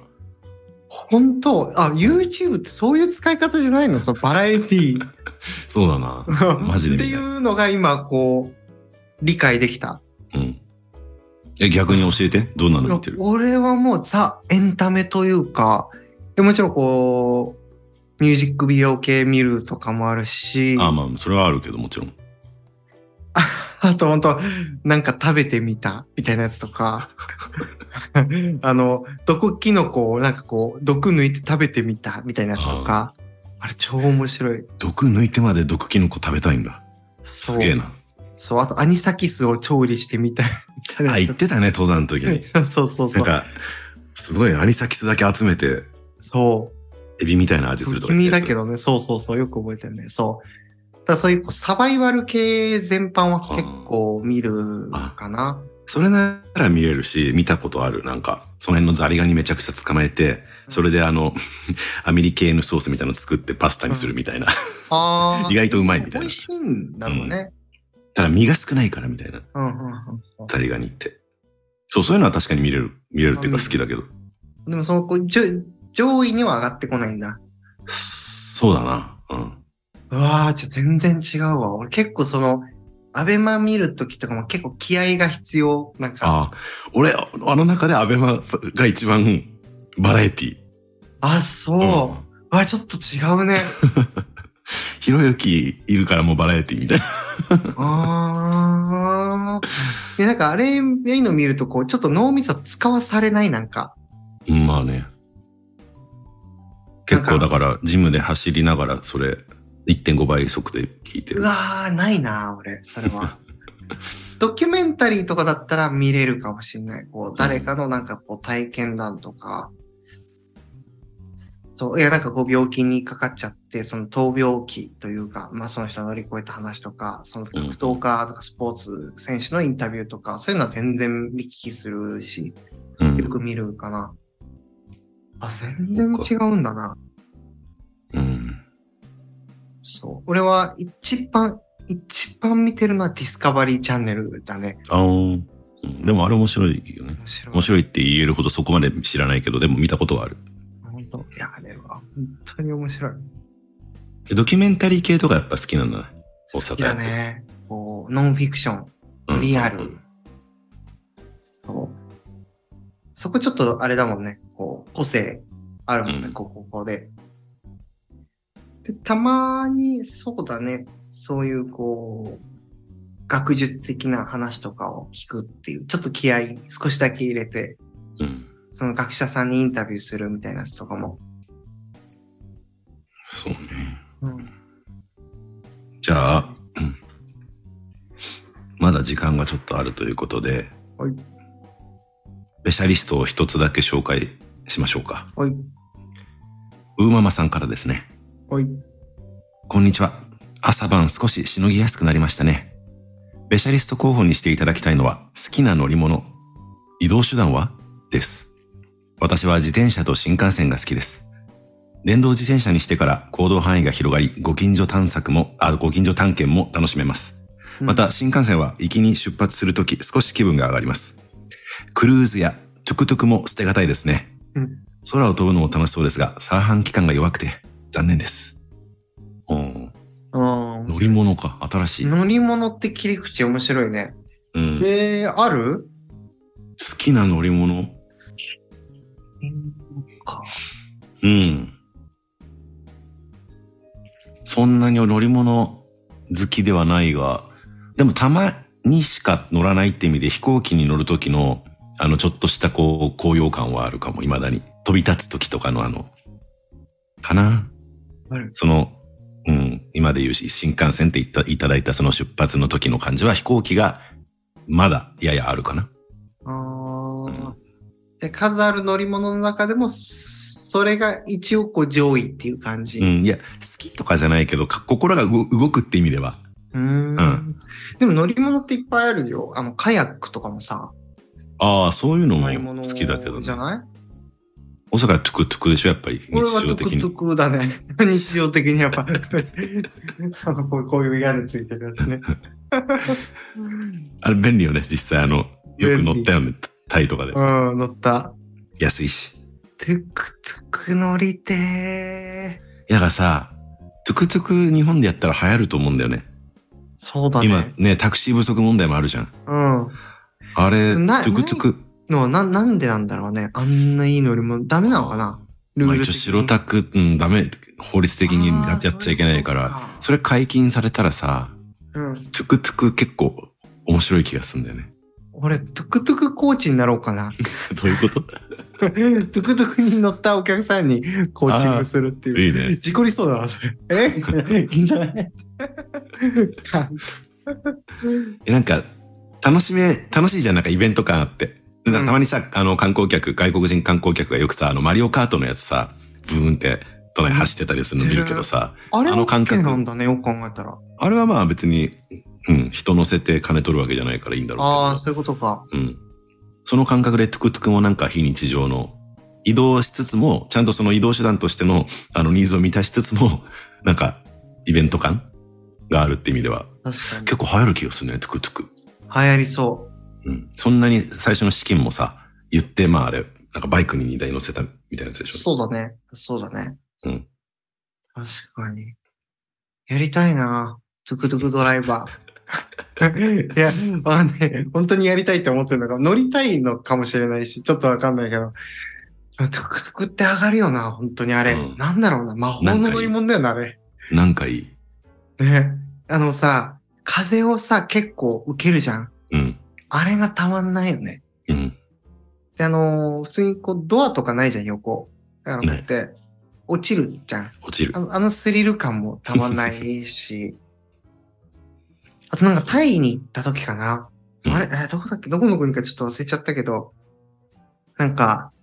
[SPEAKER 2] 本当あ、YouTube ってそういう使い方じゃないのそのバラエティ
[SPEAKER 3] そうだな。
[SPEAKER 2] ー。
[SPEAKER 3] マジで
[SPEAKER 2] って
[SPEAKER 3] 見
[SPEAKER 2] い
[SPEAKER 3] ないう
[SPEAKER 2] のが今、こう、理解できた。
[SPEAKER 3] うん。え、逆に教えて。どんなの見て
[SPEAKER 2] い
[SPEAKER 3] る
[SPEAKER 2] や俺はもうザ・エンタメというか、でもちろんこう、ミュージックビデオ系見るとかもあるし、
[SPEAKER 3] あ、まあ、それはあるけど、もちろん。
[SPEAKER 2] あと本当なんか食べてみたみたいなやつとか、 あの、毒キノコをなんかこう、毒抜いて食べてみたみたいなやつとか、あれ超面白い。
[SPEAKER 3] 毒抜いてまで毒キノコ食べたいんだ。
[SPEAKER 2] そ
[SPEAKER 3] すげえ
[SPEAKER 2] う。
[SPEAKER 3] な。
[SPEAKER 2] そう、あとアニサキスを調理してみたみたいな
[SPEAKER 3] あ、
[SPEAKER 2] や
[SPEAKER 3] 言
[SPEAKER 2] つ
[SPEAKER 3] ってたね、登山の時に。
[SPEAKER 2] とか。 そうそう
[SPEAKER 3] な
[SPEAKER 2] そ
[SPEAKER 3] ん
[SPEAKER 2] う。
[SPEAKER 3] か、すごいアニサキスだけ集めて、
[SPEAKER 2] そう。
[SPEAKER 3] エビみたいな味するとか言
[SPEAKER 2] 君
[SPEAKER 3] ってた
[SPEAKER 2] だ
[SPEAKER 3] やつ。
[SPEAKER 2] けどね、そうそうそう、よく覚えてるね。そう。ただそういうこうサバイバル系全般は結構見るかな。
[SPEAKER 3] それなら見れるし、見たことある。なんか、その辺のザリガニめちゃくちゃ捕まえて、それであの、 アメリケーヌソースみたいなの作ってパスタにするみたいな。
[SPEAKER 2] ああ。
[SPEAKER 3] 意外とうまいみ
[SPEAKER 2] 美
[SPEAKER 3] たいな
[SPEAKER 2] 味。しいんだろうね。
[SPEAKER 3] ただ身が少ないからみたいな。
[SPEAKER 2] うんうんうんうん
[SPEAKER 3] ザリガニって。そう、そういうのは確かに見れる。見れるっていうか
[SPEAKER 2] うん
[SPEAKER 3] 好きだけど。
[SPEAKER 2] でもそのこう上上位には上がってこないんだ。
[SPEAKER 3] そうだな。うん。
[SPEAKER 2] うわあ、じゃあ全然違うわ。俺結構その、アベマ見るときとかも結構気合が必要。なんか、
[SPEAKER 3] ああ、俺、あの中でアベマが一番バラエティ。
[SPEAKER 2] あそう。うわ、ちょっと違うね。
[SPEAKER 3] んひろゆきいるからもうバラエティみたいな。
[SPEAKER 2] あー。で、なんかあれ、ああいうの見ると、こう、ちょっと脳みそ使わされない、なんか。
[SPEAKER 3] うんまあね。結構だから、ジムで走りながら、それ、1.5倍速で聞いて
[SPEAKER 2] う
[SPEAKER 3] る。
[SPEAKER 2] わー、ないな、俺、それは。ドキュメンタリーとかだったら見れるかもしれない。こう、誰かのなんかこう、体験談とか。そう、いや、なんかこう、病気にかかっちゃって、その闘病期というか、まあ、その人が乗り越えた話とか、その格闘家とかスポーツ選手のインタビューとか、そういうのは全然見聞きするし、
[SPEAKER 3] う
[SPEAKER 2] よ
[SPEAKER 3] ん。
[SPEAKER 2] く見るかな。あ、全然違うんだな。
[SPEAKER 3] うん。
[SPEAKER 2] そう。俺は一番、一番見てるのはディスカバリーチャンネルだね。
[SPEAKER 3] あーうんでもあれ面白いよね。
[SPEAKER 2] 面白い。
[SPEAKER 3] 面白いって言えるほどそこまで知らないけど、でも見たことはある。
[SPEAKER 2] 本当いや、あれは本当に面白い。
[SPEAKER 3] ドキュメンタリー系とかやっぱ好きなんだね。大阪
[SPEAKER 2] 好きだね。こう、ノンフィクション。
[SPEAKER 3] うん
[SPEAKER 2] リアル。そう。そこちょっとあれだもんね。こう、個性あるもんね、
[SPEAKER 3] うん
[SPEAKER 2] こここで。で、たまに、そうだね。そういう、こう、学術的な話とかを聞くっていう、ちょっと気合い少しだけ入れて、
[SPEAKER 3] うん。
[SPEAKER 2] その学者さんにインタビューするみたいなやつとかも。
[SPEAKER 3] そうね。
[SPEAKER 2] うん、
[SPEAKER 3] じゃあ、うんまだ時間がちょっとあるということで、
[SPEAKER 2] はい
[SPEAKER 3] スペシャリストを一つだけ紹介しましょうか。
[SPEAKER 2] おい、
[SPEAKER 3] うーママさんからですね。
[SPEAKER 2] おい、
[SPEAKER 3] こんにちは。朝晩少ししのぎやすくなりましたね。ベシャリスト候補にしていただきたいのは、好きな乗り物。移動手段はです。私は自転車と新幹線が好きです。電動自転車にしてから行動範囲が広がり、ご近所探索も、あ、ご近所探検も楽しめま
[SPEAKER 2] う
[SPEAKER 3] す。
[SPEAKER 2] ん
[SPEAKER 3] また、新幹線は行きに出発するとき少し気分が上がります。クルーズやトゥクトゥクも捨てがたいですね。
[SPEAKER 2] うん
[SPEAKER 3] 空を飛ぶのも楽しそうですが、三半期間が弱くて残念です。うん
[SPEAKER 2] うん。
[SPEAKER 3] 乗り物か、新しい。
[SPEAKER 2] 乗り物って切り口面白いね。
[SPEAKER 3] うん、好
[SPEAKER 2] えー、ある
[SPEAKER 3] きな乗り物
[SPEAKER 2] か。
[SPEAKER 3] うん。そんなに乗り物好きではないが、でもたまにしか乗らないって意味で飛行機に乗る時の、あの、ちょっとしたこう、高揚感はあるかも、未だに。飛び立つ時とかのあの、かな
[SPEAKER 2] はい
[SPEAKER 3] その、うん、今で言うし、新幹線って言ったいただいたその出発の時の感じは飛行機がまだややあるかな。
[SPEAKER 2] あ
[SPEAKER 3] う
[SPEAKER 2] ー
[SPEAKER 3] ん
[SPEAKER 2] で数ある乗り物の中でも、それが一応こう上位っていう感じ。
[SPEAKER 3] う、
[SPEAKER 2] うん
[SPEAKER 3] いや、好きとかじゃないけど、か心が動動くって意味では。
[SPEAKER 2] ーん
[SPEAKER 3] うん
[SPEAKER 2] でも乗り物っていっぱいあるよ。あの、カヤックとかもさ、
[SPEAKER 3] ああ、そういうのも
[SPEAKER 2] 乗り物
[SPEAKER 3] 好きだけど
[SPEAKER 2] じゃ
[SPEAKER 3] ね。
[SPEAKER 2] ない
[SPEAKER 3] 大阪はトゥクトゥクでしょ、やっぱり。日
[SPEAKER 2] これは
[SPEAKER 3] 常
[SPEAKER 2] 独
[SPEAKER 3] 的に。
[SPEAKER 2] 特だね。 日常的にやっぱ、 あのこうこういう屋根ついてるやつね。
[SPEAKER 3] あれ便利よね、実際。あの、よ
[SPEAKER 2] 便
[SPEAKER 3] く
[SPEAKER 2] 利
[SPEAKER 3] 乗ったよね、タイとかで
[SPEAKER 2] う。ん、乗った。
[SPEAKER 3] 安いし。
[SPEAKER 2] トゥクトゥク乗りてー。
[SPEAKER 3] いやがさ、トゥクトゥク日本でやったら流行ると思うんだよね。
[SPEAKER 2] そうだ
[SPEAKER 3] 今
[SPEAKER 2] ね。
[SPEAKER 3] ね、タクシー不足問題もあるじゃん。
[SPEAKER 2] うん。
[SPEAKER 3] あれ、ト
[SPEAKER 2] な
[SPEAKER 3] ゥクトゥク。
[SPEAKER 2] のはな、なんでなんだろうね。あんないい乗り物、ダメなのかなル
[SPEAKER 3] ま
[SPEAKER 2] ー
[SPEAKER 3] あ
[SPEAKER 2] ル的に
[SPEAKER 3] 一応白タク、うん、ダメ、法律的にやっちゃいけないか
[SPEAKER 2] あー
[SPEAKER 3] ら。
[SPEAKER 2] そ
[SPEAKER 3] それ解禁されたらさ、
[SPEAKER 2] ういうことか
[SPEAKER 3] トゥクトゥク結構面白い気がするんだよね。
[SPEAKER 2] うん。俺、トゥクトゥクコーチになろうかな。
[SPEAKER 3] どういうこと
[SPEAKER 2] トゥクトゥクに乗ったお客さんにコーチングするっていう。
[SPEAKER 3] いいね。
[SPEAKER 2] 事故りそうだな、それ。 えいいんじゃないか
[SPEAKER 3] えなんか楽しめ楽しいじゃんなんかイベント感あってでた
[SPEAKER 2] うん
[SPEAKER 3] まにさ、あの観光客外国人観光客がよくさあのマリオカートのやつさブーンって都内走ってたりするの見るけどさ、
[SPEAKER 2] あれ
[SPEAKER 3] あ
[SPEAKER 2] も
[SPEAKER 3] の感
[SPEAKER 2] OK
[SPEAKER 3] 覚
[SPEAKER 2] なんだね、よく考えたら。
[SPEAKER 3] あれはまあ別に、うん、人乗せて金取るわけじゃないからいいんだろ
[SPEAKER 2] ああ、
[SPEAKER 3] う
[SPEAKER 2] そういうことか。
[SPEAKER 3] けど、うん、その感覚でトゥクトゥクもなんか非日常の移動しつつもちゃんとその移動手段としてのあのニーズを満たしつつもなんかイベント感があるって意味では
[SPEAKER 2] 確か
[SPEAKER 3] 結構流行る気がするねトゥクトゥク。
[SPEAKER 2] に。流行りそ
[SPEAKER 3] うん、そんなに最初の資金もさ、言って、まああれ、なんかバイクに荷台乗せたみたいなやつで
[SPEAKER 2] う。
[SPEAKER 3] しょ。
[SPEAKER 2] そうだね。そうだね。
[SPEAKER 3] うん。
[SPEAKER 2] 確かに。やりたいなトゥクトゥクドライバ ー。いや、わかんない。本当にやりたいって思ってるのか、乗りたいのかもしれないし、ちょっとわかんないけど。トゥクトゥクって上がるよな、本当にあれ。
[SPEAKER 3] うん
[SPEAKER 2] なんだろうな、魔法の乗り物だよな、あれ。
[SPEAKER 3] なんかいい。
[SPEAKER 2] ね。あのさ、風をさ、結構受けるじゃん。
[SPEAKER 3] うん。
[SPEAKER 2] あれがたまんないよね。
[SPEAKER 3] うん。
[SPEAKER 2] で、あのー普通にこう、ドアとかないじゃん、横。だからこうやって、落ちるじゃん。
[SPEAKER 3] 落ちる
[SPEAKER 2] あ。のあのスリル感もたまんない し。あとなんかタイに行った時かな。
[SPEAKER 3] うん
[SPEAKER 2] あれ、えどこだっけどこの国かちょっと忘れちゃったけど、なんか、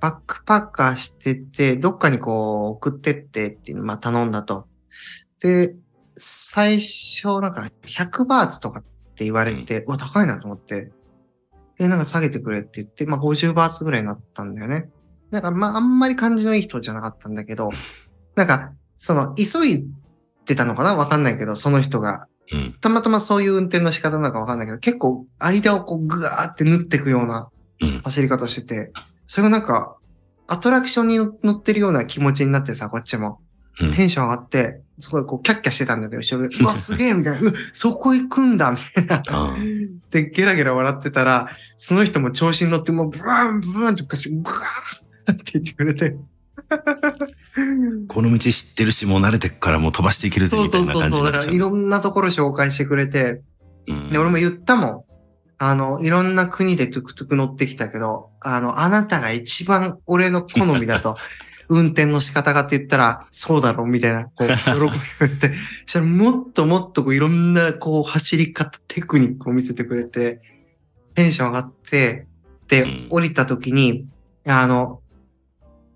[SPEAKER 2] バックパッカーしてて、どっかにこう送ってってっていうのまあ頼んだと。で、最初なんか100バーツとかって言われて、うわ、高いなと思って。で、なんか下げてくれって言って、まあ50バーツぐらいになったんだよね。なんかまああんまり感じのいい人じゃなかったんだけ ど、なんか、その、急いでたのかなわかんないけど、その人が。
[SPEAKER 3] うん。
[SPEAKER 2] たまたまそういう運転の仕方なのかわかんないけど、結構間をこうグワーって縫っていくような
[SPEAKER 3] うん。
[SPEAKER 2] 走り方してて、それがなんか、アトラクションに乗ってるような気持ちになってさ、こっちも
[SPEAKER 3] うん。
[SPEAKER 2] テンション上がって、すごいこうキャッキャしてたんだけど、後ろで、うわ、すげえみたいな、うわそこ行くんだみたいな。
[SPEAKER 3] ああ。
[SPEAKER 2] で、ゲラゲラ笑ってたら、その人も調子に乗って、もう、ブワン、ブワンって、グワーって言ってくれて。
[SPEAKER 3] この道知ってるし、もう慣れてくからもう飛ばしていけるぜ、みたいな感じに
[SPEAKER 2] だ
[SPEAKER 3] なっ
[SPEAKER 2] から
[SPEAKER 3] て
[SPEAKER 2] い
[SPEAKER 3] きた
[SPEAKER 2] ろんなところ紹介してくれて、
[SPEAKER 3] うん
[SPEAKER 2] で、俺も言ったもん。あの、いろんな国でトゥクトゥク乗ってきたけど、あの、あなたが一番俺の好みだと、 運転の仕方がって言ったら、そうだろうみたいな、こう、喜びを言って、そしたらもっともっとこういろんな、こう、走り方、テクニックを見せてくれて、テンション上がって、で、
[SPEAKER 3] うん
[SPEAKER 2] 降りた時に、あの、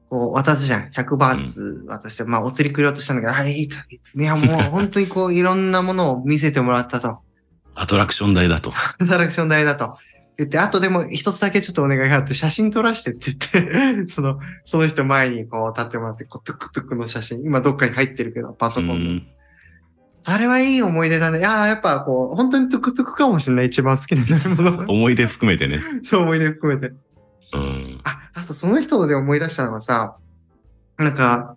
[SPEAKER 2] こう、渡すじゃん。100バーツ渡して、まあ、お釣りくれようとしたんだけど、はい、いいと。いいといや、もう本当にこう、いろんなものを見せてもらったと。
[SPEAKER 3] アトラクション代だと。
[SPEAKER 2] アトラクション代だと。言って、あとでも一つだけちょっとお願いがあって、写真撮らしてって言って、 その、その人前にこう立ってもらって、こう、トゥクトゥクの写真、今どっかに入ってるけど、パソコン
[SPEAKER 3] う
[SPEAKER 2] の。
[SPEAKER 3] ん
[SPEAKER 2] あれはいい思い出だね。いやー、やっぱこう、本当にトゥクトゥクかもしれない、一番好きな乗り物。
[SPEAKER 3] 思い出含めてね。
[SPEAKER 2] そう思い出含めて。
[SPEAKER 3] うん。
[SPEAKER 2] あ、あとその人で思い出したのがさ、なんか、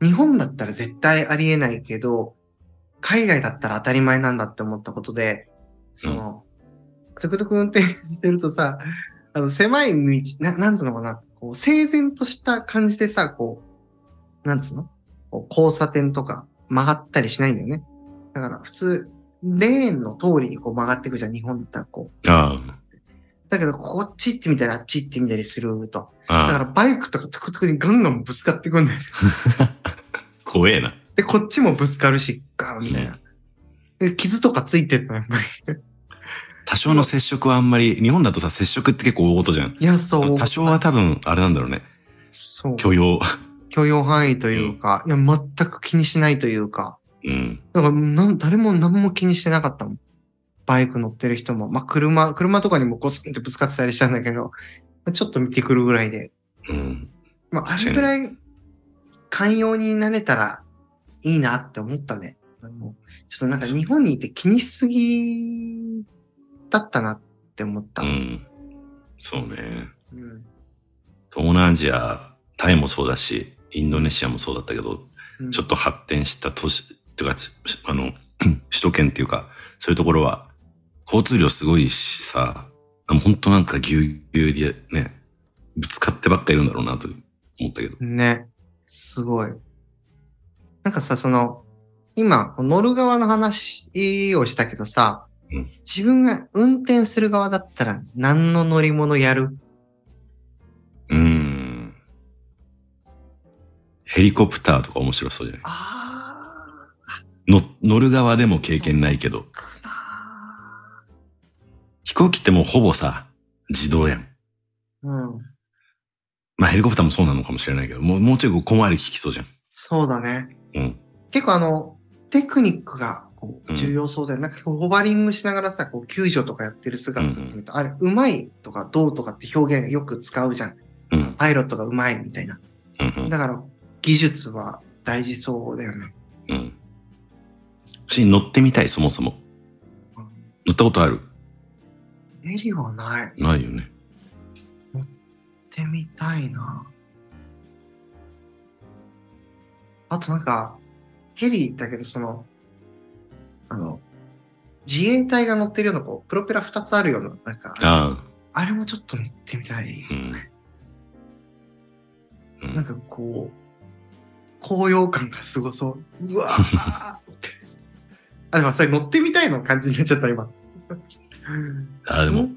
[SPEAKER 2] 日本だったら絶対ありえないけど、海外だったら当たり前なんだって思ったことで、その、トゥクトゥク運転してるとさ、あの、狭い道、ななんつうのかな、こう、整然とした感じでさ、こう、なんつうのこう交差点とか曲がったりしないんだよね。だから普通、レーンの通りにこう曲がっていくじゃん、日本だったらこう。
[SPEAKER 3] あ
[SPEAKER 2] だけど、こっち行ってみたり、あっち行ってみたりすると。
[SPEAKER 3] あ。あ
[SPEAKER 2] だか
[SPEAKER 3] あ。
[SPEAKER 2] らバイクとかトゥクトゥクにガンガンぶつかってくんだよね。
[SPEAKER 3] 怖えな。
[SPEAKER 2] で、こっちもぶつかるし、ガーンみたいな。で、傷とかついてったの、やっぱり。
[SPEAKER 3] 多少の接触はあんまり、日本だとさ、接触って結構大事じゃん。
[SPEAKER 2] いや、そう。
[SPEAKER 3] 多少は多分、あれなんだろうね。
[SPEAKER 2] そう。
[SPEAKER 3] 許容。
[SPEAKER 2] 許容範囲というか、いや、全く気にしないというか。
[SPEAKER 3] うん。
[SPEAKER 2] だから、なん誰も何も気にしてなかったもん。バイク乗ってる人も。まあ、車、車とかにもゴスンってぶつかってたりしたんだけど、ちょっと見てくるぐらいで。
[SPEAKER 3] うん。
[SPEAKER 2] まあ、あ
[SPEAKER 3] 確か
[SPEAKER 2] れ
[SPEAKER 3] に
[SPEAKER 2] ぐらい寛容になれたらいいなって思ったね。あのちょっとなんか日本にいて気にしすぎだったなって思った。
[SPEAKER 3] うん。そうね。
[SPEAKER 2] うん
[SPEAKER 3] 東南アジア、タイもそうだし、インドネシアもそうだったけど、ちょっと発展した都市、とか、しあの、 首都圏っていうか、そういうところは、交通量すごいしさ、本当なんかぎゅうぎゅうでね、ぶつかってばっかいるんだろうなと思ったけど。
[SPEAKER 2] ね。すごい。なんかさ、その、今、こう乗る側の話をしたけどさ、
[SPEAKER 3] うん
[SPEAKER 2] 自分が運転する側だったら何の乗り物やる
[SPEAKER 3] うーん。ヘリコプターとか面白そうじゃない
[SPEAKER 2] ああ、
[SPEAKER 3] の乗る側でも経験ないけど、飛行機ってもうほぼさ、自動やん。
[SPEAKER 2] うん。
[SPEAKER 3] まあヘリコプターもそうなのかもしれないけど、もうもうちょいこう小回り効きそうじゃん。
[SPEAKER 2] そうだね。
[SPEAKER 3] うん。
[SPEAKER 2] 結構あの、テクニックがこう
[SPEAKER 3] うん
[SPEAKER 2] 重要そうだよ、なんかこうホバリングしながらさ、こう救助とかやってる姿とか見ると、あれ、うまいとかどうとかって表現よく使うじゃん。
[SPEAKER 3] うん。
[SPEAKER 2] パイロットがうまいみたいな。
[SPEAKER 3] うん。
[SPEAKER 2] だから、技術は大事そうだよね。
[SPEAKER 3] うん。うん。私乗ってみたい、そもそも。乗ったことある
[SPEAKER 2] エリはない。
[SPEAKER 3] ないよね。
[SPEAKER 2] 行ってみたいな。あとなんか、ヘリだけど、その、あの、自衛隊が乗ってるような、こう、プロペラ2つあるような、なんか、
[SPEAKER 3] あ
[SPEAKER 2] あれもちょっと乗ってみたい。
[SPEAKER 3] あ。うん。う
[SPEAKER 2] なん
[SPEAKER 3] ん。
[SPEAKER 2] かこう、高揚感がすごそう。うわー って。あ、でもそれ乗ってみたいの感じになっちゃった、 今。
[SPEAKER 3] あでも、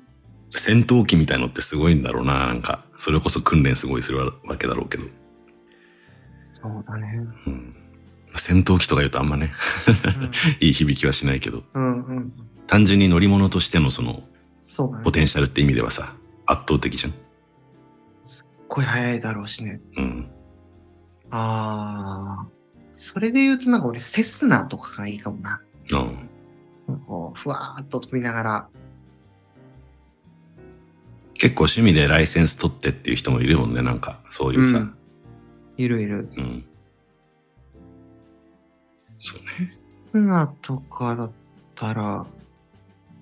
[SPEAKER 3] 戦闘機みたいのってすごいんだろうな、なんか。それこそ訓練すごいするわけだろうけど。
[SPEAKER 2] そうだ ね。
[SPEAKER 3] うん、戦闘機とか言うとあんまね、 いい響きはしないけど、
[SPEAKER 2] うん、うん、うん。
[SPEAKER 3] 単純に乗り物としてのその、
[SPEAKER 2] そうだね。
[SPEAKER 3] ポテンシャルって意味ではさ、圧倒的じゃん。
[SPEAKER 2] 声早いだろうしね。
[SPEAKER 3] うん。
[SPEAKER 2] ああ。それで言うとなんか俺、セスナとかがいいかもな。
[SPEAKER 3] うん。
[SPEAKER 2] なんかこうふわーっと飛びながら。
[SPEAKER 3] 結構趣味でライセンス取ってっていう人もいるもんね、なんか、そういうさ。
[SPEAKER 2] いるいる。
[SPEAKER 3] うん。そうね。
[SPEAKER 2] セスナとかだったら、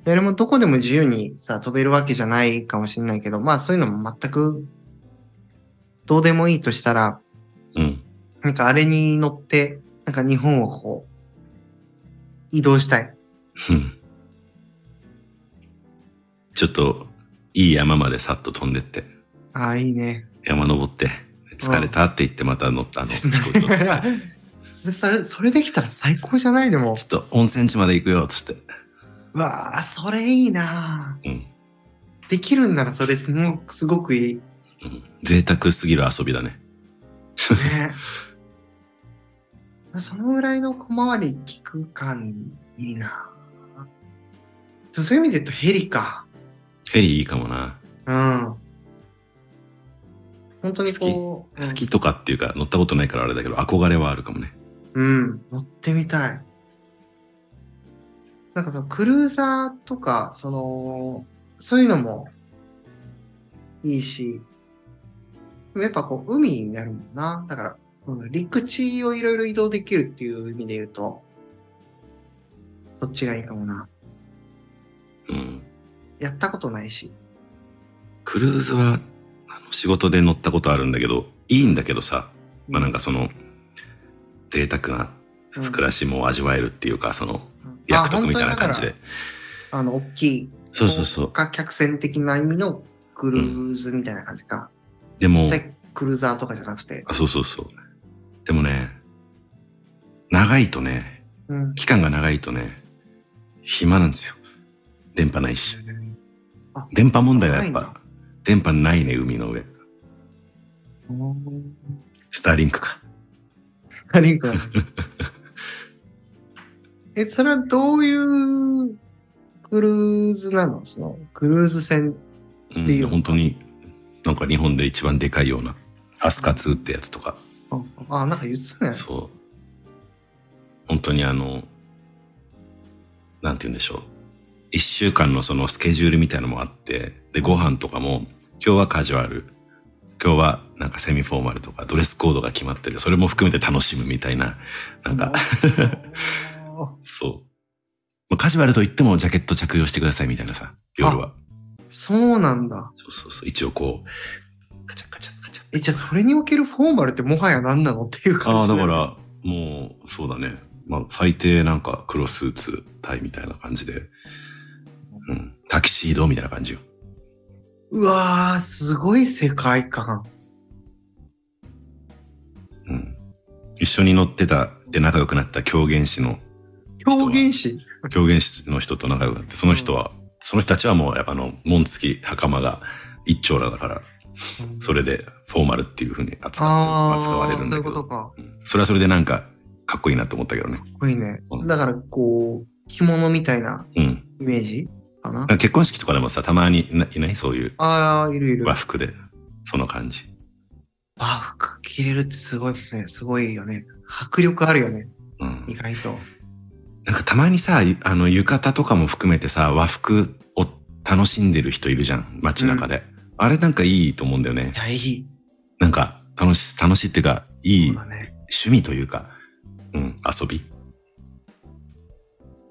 [SPEAKER 2] 誰もどこでも自由にさ、飛べるわけじゃないかもしれないけど、まあそういうのも全く、どうでもいいとしたら、
[SPEAKER 3] うん。
[SPEAKER 2] なんかあれに乗って、なんか日本をこう、移動したい。
[SPEAKER 3] うんちょっと、いい山までさっと飛んでって、
[SPEAKER 2] ああ、いいね。
[SPEAKER 3] 山登って、疲れたって言ってまた乗った、あの、飛行機乗って
[SPEAKER 2] それ、それ、それできたら最高じゃないでも
[SPEAKER 3] ちょ。っと温泉地まで行くよ、つって。
[SPEAKER 2] うわあ、それいいな
[SPEAKER 3] うん。
[SPEAKER 2] あできるんならそれすごく、すごくいい。
[SPEAKER 3] うん贅沢すぎる遊びだね。
[SPEAKER 2] ね。 そのぐらいの小回り聞く感いいな。そうそういう意味で言うとヘリか。
[SPEAKER 3] ヘリいいかもな。
[SPEAKER 2] うん。本当にこう。
[SPEAKER 3] 好きとかっていうか、乗ったことないからあれだけど、憧れはあるかもね。
[SPEAKER 2] うん。うん。乗ってみたい。なんかそのクルーザーとか、その、そういうのもいいし、でもやっぱこう海になるもんな。だから、うん陸地をいろいろ移動できるっていう意味で言うと、そっちがいいかもな。
[SPEAKER 3] うん。
[SPEAKER 2] やったことないし。
[SPEAKER 3] クルーズは、あの仕事で乗ったことあるんだけど、いいんだけどさ、まあなんかその、贅沢な
[SPEAKER 2] うん
[SPEAKER 3] 暮らしも味わえるっていうか、その、
[SPEAKER 2] うん
[SPEAKER 3] 役得みたいな感じ。
[SPEAKER 2] あ本当にだ
[SPEAKER 3] で
[SPEAKER 2] か。らあの、大きい。
[SPEAKER 3] そうそうそう。
[SPEAKER 2] か客船的な意味のクルーズみたいな感じか。
[SPEAKER 3] でも
[SPEAKER 2] じ、ゃクルーザーとかじゃなくて。
[SPEAKER 3] あそうそうそう。でもね、長いとね、
[SPEAKER 2] うん。
[SPEAKER 3] 期間が長いとね、暇なんですよ。電波ないし。
[SPEAKER 2] あ
[SPEAKER 3] 電波問題はやっ
[SPEAKER 2] ないん
[SPEAKER 3] ぱ、電波ないね、海の上。
[SPEAKER 2] うん
[SPEAKER 3] スターリンクか。
[SPEAKER 2] ありがとう え、それはどういうクルーズなのその、クルーズ船。
[SPEAKER 3] うん
[SPEAKER 2] っていうのか
[SPEAKER 3] 本当に、なんか日本で一番でかいような、アスカ2ってやつとか、
[SPEAKER 2] あ、あなんか言ってたね。
[SPEAKER 3] そう。本当にあの、なんて言うんでしょう。一週間のそのスケジュールみたいのもあって、で、ご飯とかも、今日はカジュアル、今日はなんかセミフォーマルとか、ドレスコードが決まってる、それも含めて楽しむみたいな、なんか、
[SPEAKER 2] そう
[SPEAKER 3] そう。まあカジュアルといってもジャケット着用してくださいみたいなさ、夜は。
[SPEAKER 2] そうなんだ。
[SPEAKER 3] そうそうそう。一応こう、カチャカチャカチャ。
[SPEAKER 2] え、じゃあそれにおけるフォーマルってもはや何なのっていう
[SPEAKER 3] あ
[SPEAKER 2] 感
[SPEAKER 3] あ、
[SPEAKER 2] じ
[SPEAKER 3] だ
[SPEAKER 2] よ
[SPEAKER 3] か
[SPEAKER 2] ね。
[SPEAKER 3] ら、もう、そうだね。まあ、最低なんか黒スーツ、タイみたいな感じで、うん、タキシードみたいな感じよ。
[SPEAKER 2] うわー、すごい世界観。
[SPEAKER 3] うん。一緒に乗ってた、で仲良くなった狂言師の、
[SPEAKER 2] 狂言師。
[SPEAKER 3] 狂言師の人と仲良くなって、その人は、その人たちはもう、やっぱあの、門付き袴が一丁羅だから、それでフォーマルっていうふうに扱って
[SPEAKER 2] ああ、
[SPEAKER 3] 扱われるん
[SPEAKER 2] そ
[SPEAKER 3] だ
[SPEAKER 2] うい
[SPEAKER 3] け
[SPEAKER 2] うこと
[SPEAKER 3] ど、
[SPEAKER 2] か。
[SPEAKER 3] うんそれはそれでなんか、かっこいいなと思ったけどね。
[SPEAKER 2] かっこいいね
[SPEAKER 3] う。ん
[SPEAKER 2] だからこう、着物みたいな
[SPEAKER 3] うん。なん
[SPEAKER 2] イメージかな。
[SPEAKER 3] か結婚式とかでもさ、たまにいないないそういう
[SPEAKER 2] ああ、いるいる。
[SPEAKER 3] 和服で、その感じ。
[SPEAKER 2] あ、服着れるってすごいね。すごいよね。迫力あるよね。
[SPEAKER 3] うん
[SPEAKER 2] 意外と。
[SPEAKER 3] なんかたまにさ、ゆあの、浴衣とかも含めてさ、和服を楽しんでる人いるじゃん、街中で。あれなんかいいと思うんだよね
[SPEAKER 2] い。や、いい。
[SPEAKER 3] なんか、楽し、楽しいっていうか、いい
[SPEAKER 2] そうだ
[SPEAKER 3] 趣
[SPEAKER 2] ね。
[SPEAKER 3] 味というか、うん、遊び。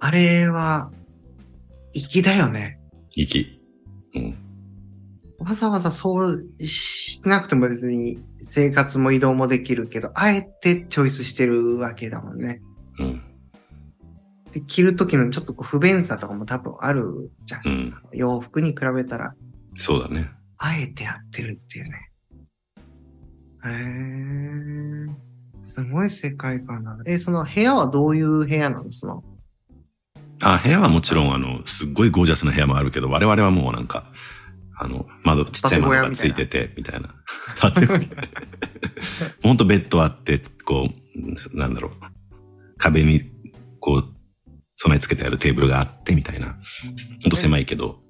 [SPEAKER 2] あれは、粋だよね。
[SPEAKER 3] 息。うん。
[SPEAKER 2] わざわざそうしなくても別に生活も移動もできるけど、あえてチョイスしてるわけだもんね。
[SPEAKER 3] うん。
[SPEAKER 2] で、着る時のちょっとこう不便さとかも多分あるじゃん。
[SPEAKER 3] うん。
[SPEAKER 2] 洋服に比べたら、
[SPEAKER 3] そうだね。
[SPEAKER 2] あえてやってるっていうね。へえ。すごい世界観だね。え、その部屋はどういう部屋なのその。
[SPEAKER 3] あ、部屋はもちろん、あの、すっごいゴージャスな部屋もあるけど、我々はもうなんか、あの、窓、ちっちゃい窓がついてて、みたいな。建物ほんとベッドあって、こう、なんだろう。壁に、こう、備え付けてあるテーブルがあって、みたいな。ほんと狭いけど、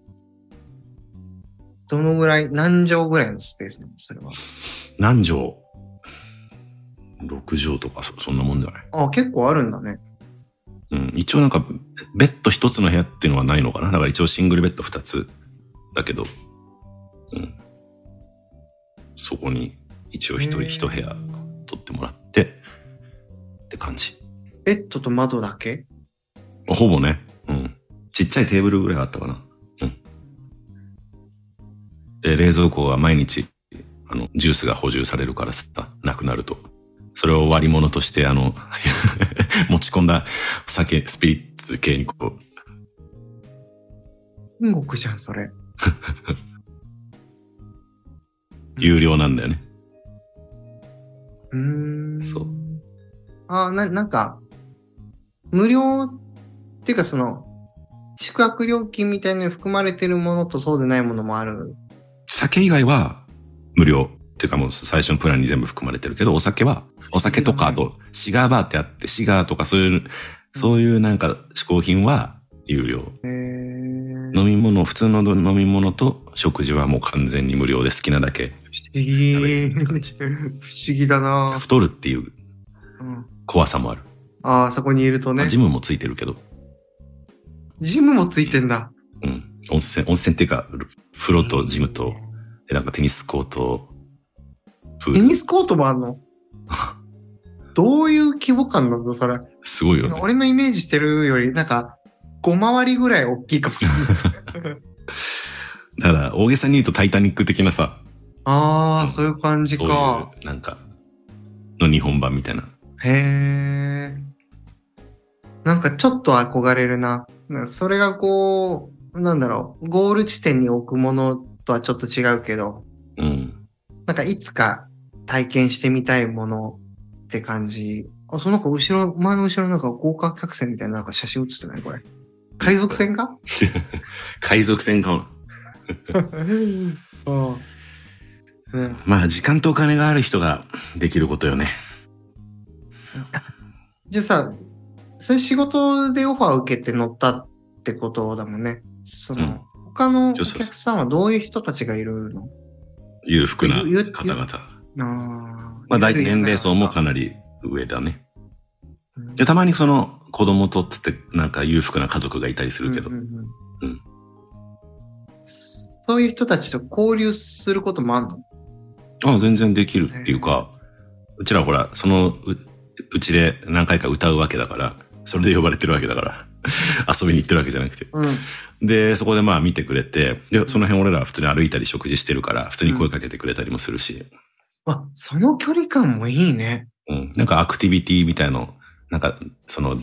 [SPEAKER 2] どのぐらい、何畳ぐらいのスペースなのそれは。
[SPEAKER 3] 何畳 ?6 畳とかそ、そんなもんじゃない
[SPEAKER 2] あ、結構あるんだね。
[SPEAKER 3] うん、一応なんか、ベッド一つの部屋っていうのはないのかなだから一応シングルベッド二つだけど、うん。そこに一応一人
[SPEAKER 2] へー
[SPEAKER 3] 一部屋取ってもらって、って感じ。
[SPEAKER 2] ベッドと窓だけ
[SPEAKER 3] ほぼね、うん。ちっちゃいテーブルぐらいあったかな。うん。で、冷蔵庫は毎日、あの、ジュースが補充されるからさ、なくなると。それを割り物として、あの、 持ち込んだ酒、スピリッツ系にこう、
[SPEAKER 2] 天国じゃん、それ。
[SPEAKER 3] 有料なんだよね。
[SPEAKER 2] うーん。
[SPEAKER 3] そう。
[SPEAKER 2] あ、な、なんか、無料っていうかその、宿泊料金みたいなのに含まれてるものとそうでないものもある。
[SPEAKER 3] 酒以外は無料。っていうかもう最初のプランに全部含まれてるけど、お酒は、お酒とか、あと、シガーバーってあって、シガーとかそういう、そういうなんか嗜好品は有料。
[SPEAKER 2] へー。
[SPEAKER 3] 飲み物、普通の飲み物と食事はもう完全に無料で好きなだけ。
[SPEAKER 2] 不思議。不思議だな、
[SPEAKER 3] 太るっていう
[SPEAKER 2] うん、
[SPEAKER 3] 怖さもある。
[SPEAKER 2] ああ、そこにいると
[SPEAKER 3] まあ
[SPEAKER 2] ね
[SPEAKER 3] ジ。ムもついてるけど、
[SPEAKER 2] ジムもついてんだ。
[SPEAKER 3] うん。温泉、温泉っていうか、風呂とジムと、でなんかテニスコート、プ
[SPEAKER 2] テ
[SPEAKER 3] ール。
[SPEAKER 2] ニスコートもあん のどういう規模感なんだ、それ。
[SPEAKER 3] すごいよね。
[SPEAKER 2] 俺のイメージしてるより、なんか、5回りぐらい大 きいかもしれない。
[SPEAKER 3] だから、大げさに言うとタイタニック的なさ、
[SPEAKER 2] ああ、そういう感じ
[SPEAKER 3] そう
[SPEAKER 2] か。
[SPEAKER 3] いう、なんか、の日本版みたいな。
[SPEAKER 2] へえ。なんかちょっと憧れるな。なそれがこう、なんだろう、ゴール地点に置くものとはちょっと違うけど、
[SPEAKER 3] うん。
[SPEAKER 2] なんかいつか体験してみたいものって感じ。あ、そうなんか後ろ、前の後ろなんか豪華客船みたいななんか写真写ってないこれ。海賊船か
[SPEAKER 3] 海賊船かも。
[SPEAKER 2] うん。うん
[SPEAKER 3] まあ、時間とお金がある人ができることよね。
[SPEAKER 2] じゃあさ、それ仕事でオファー受けて乗ったってことだもんね。その、
[SPEAKER 3] うん
[SPEAKER 2] 他のお
[SPEAKER 3] そうそうそう
[SPEAKER 2] 客さんはどういう人たちがいるの
[SPEAKER 3] 裕福な
[SPEAKER 2] ゆゆ
[SPEAKER 3] 方
[SPEAKER 2] あ
[SPEAKER 3] 々。
[SPEAKER 2] ー
[SPEAKER 3] まあ、大年齢層も
[SPEAKER 2] な
[SPEAKER 3] かなり上だね。
[SPEAKER 2] うん
[SPEAKER 3] で、たまにその子供とっつって、なんか裕福な家族がいたりするけど。
[SPEAKER 2] うんうんうん
[SPEAKER 3] うん
[SPEAKER 2] そういう人たちと交流することもあるの
[SPEAKER 3] あ全然できるっていうか、うちらほら、そのう、うちで何回か歌うわけだから、それで呼ばれてるわけだから、 遊びに行ってるわけじゃなくて。
[SPEAKER 2] うん。
[SPEAKER 3] で、そこでまあ見てくれて、で、その辺俺ら普通に歩いたり食事してるから、普通に声かけてくれたりもするし、
[SPEAKER 2] あ、その距離感もいいね。
[SPEAKER 3] うん。なんかアクティビティみたいの、なんか、その、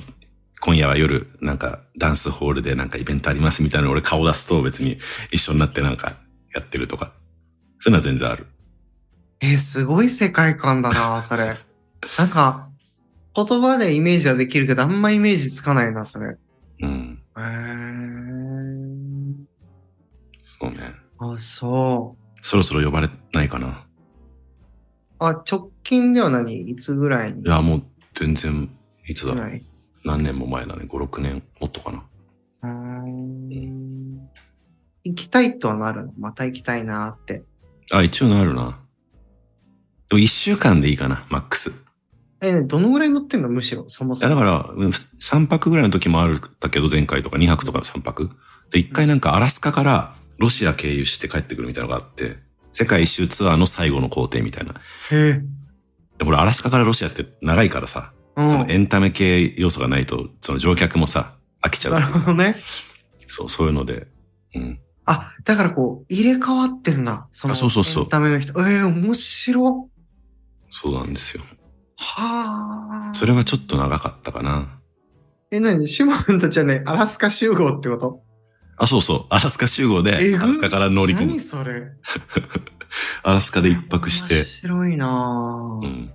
[SPEAKER 3] 今夜は夜、なんかダンスホールでなんかイベントありますみたいなの俺顔出すと別に一緒になってなんかやってるとか、そういうのは全然ある。
[SPEAKER 2] えーすごい世界観だな、そ れ。なんか、言葉でイメージはできるけど、あんまイメージつかないな、それ。へ
[SPEAKER 3] うん。
[SPEAKER 2] ー。
[SPEAKER 3] そうね。
[SPEAKER 2] あ、そう。
[SPEAKER 3] そろそろ呼ばれないかな。
[SPEAKER 2] あ、直近では何いつぐらいに
[SPEAKER 3] いや、もう全然、いつだろう。
[SPEAKER 2] ない
[SPEAKER 3] 何年も前だね。5、6年、もっとかな。
[SPEAKER 2] うーん行きたいとはなるのまた行きたいなーって。
[SPEAKER 3] あ、一応なるな。でも1週間でいいかな、マックス。
[SPEAKER 2] え、ねどのぐらい乗ってんのむしろ、そも
[SPEAKER 3] い
[SPEAKER 2] そ
[SPEAKER 3] やだ
[SPEAKER 2] も。
[SPEAKER 3] から、うん3泊ぐらいの時もあるんだけど、前回とか2泊とかの3泊。で、1回なんかアラスカからロシア経由して帰ってくるみたいなのがあって、世界一周ツアーの最後の工程みたいな。
[SPEAKER 2] へえ。
[SPEAKER 3] で、これアラスカからロシアって長いからさ、
[SPEAKER 2] う
[SPEAKER 3] その
[SPEAKER 2] ん。
[SPEAKER 3] エンタメ系要素がないと、その乗客もさ、飽きちゃう
[SPEAKER 2] なるほどね。
[SPEAKER 3] そう、そういうので。うん。
[SPEAKER 2] あ、だからこう、入れ替わってるな。その
[SPEAKER 3] あそうそうそう
[SPEAKER 2] エンタメの人。えー、面白。
[SPEAKER 3] そうなんですよ。
[SPEAKER 2] はあ。
[SPEAKER 3] それはちょっと長かったかな。
[SPEAKER 2] え、なにシモンたちはね、アラスカ集合ってこと
[SPEAKER 3] あ、そうそう。アラスカ集合で、
[SPEAKER 2] えぐ
[SPEAKER 3] アラスカから乗り込
[SPEAKER 2] 何
[SPEAKER 3] む。
[SPEAKER 2] それ
[SPEAKER 3] アラスカで一泊し
[SPEAKER 2] 面
[SPEAKER 3] て。
[SPEAKER 2] 白いな
[SPEAKER 3] う
[SPEAKER 2] ー
[SPEAKER 3] ん。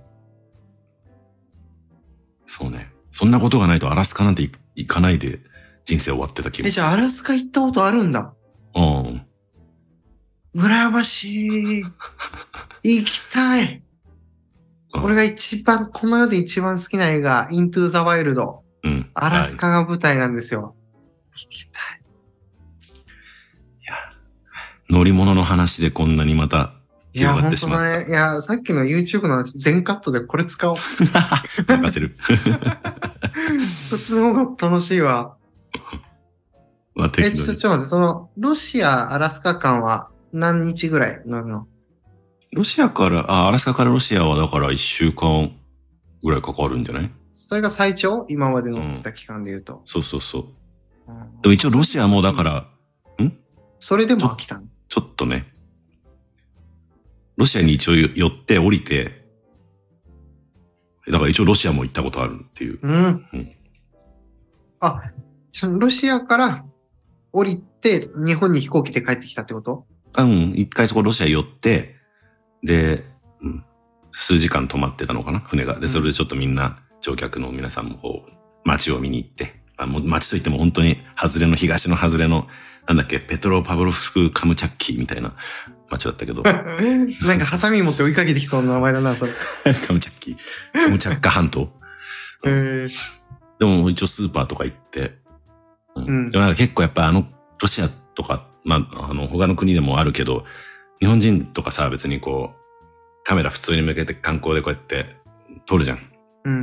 [SPEAKER 3] そうね。そんなことがないとアラスカなんてい行かないで人生終わってた気
[SPEAKER 2] え、
[SPEAKER 3] が
[SPEAKER 2] じゃあアラスカ行ったことあるんだ。
[SPEAKER 3] うん。
[SPEAKER 2] 羨ま しい。行きたい。
[SPEAKER 3] うん
[SPEAKER 2] 俺が一番、この世で一番好きな映画、イントゥーザワイルド。
[SPEAKER 3] うん。
[SPEAKER 2] アラス
[SPEAKER 3] は
[SPEAKER 2] カが舞台なんですよ。行きたい。
[SPEAKER 3] い乗り物の話でこんなに また。
[SPEAKER 2] いや、
[SPEAKER 3] 広がっ
[SPEAKER 2] 本
[SPEAKER 3] てし
[SPEAKER 2] 当
[SPEAKER 3] まった
[SPEAKER 2] だね。いや、さっきの YouTube の話、全カットでこれ使おう。こ
[SPEAKER 3] 任 せる。
[SPEAKER 2] っちの方が楽しいわ。
[SPEAKER 3] まあ、
[SPEAKER 2] え、
[SPEAKER 3] 適
[SPEAKER 2] ちょ、ち
[SPEAKER 3] 度
[SPEAKER 2] ょっと待
[SPEAKER 3] に。
[SPEAKER 2] って、その、ロシア、アラスカ間は何日ぐらい乗るの
[SPEAKER 3] ロシアから、あ、アラスカからロシアはだから1週間ぐらいかかるんじゃない
[SPEAKER 2] それが最長今まで乗ってた期間で言うと。
[SPEAKER 3] そうそうそう。
[SPEAKER 2] うん
[SPEAKER 3] でも一応ロシアもだから、
[SPEAKER 2] それでも飽きたの
[SPEAKER 3] ちょっとね、ロシアに一応寄って降りて、だから一応ロシアも行ったことあるっていう。
[SPEAKER 2] うん
[SPEAKER 3] うん。
[SPEAKER 2] あ、そのロシアから降りて日本に飛行機で帰ってきたって こと
[SPEAKER 3] あうん、一回そこロシア寄って、で、うん、数時間泊まってたのかな、船が。
[SPEAKER 2] う
[SPEAKER 3] で、
[SPEAKER 2] ん
[SPEAKER 3] それでちょっとみんな、乗客の皆さんもこう、街を見に行って、あもう街といっても本当に、外れの、東の外れの、なんだっけ、ペトロ・パブロフカムチャッキーみたいな街だっ たけど、カ
[SPEAKER 2] なんかハサミ持って追いかけてきそうな名前だな、それ。
[SPEAKER 3] ムチャッキー、カムチャッカ半島。
[SPEAKER 2] えー、
[SPEAKER 3] でも一応スーパーとか行って、うん
[SPEAKER 2] うん
[SPEAKER 3] でもなんか結構やっぱあのロシアとか、まあ、あの他の国でもあるけど日本人とかさ別にこうカメラ普通に向けて観光でこうやって撮るじゃん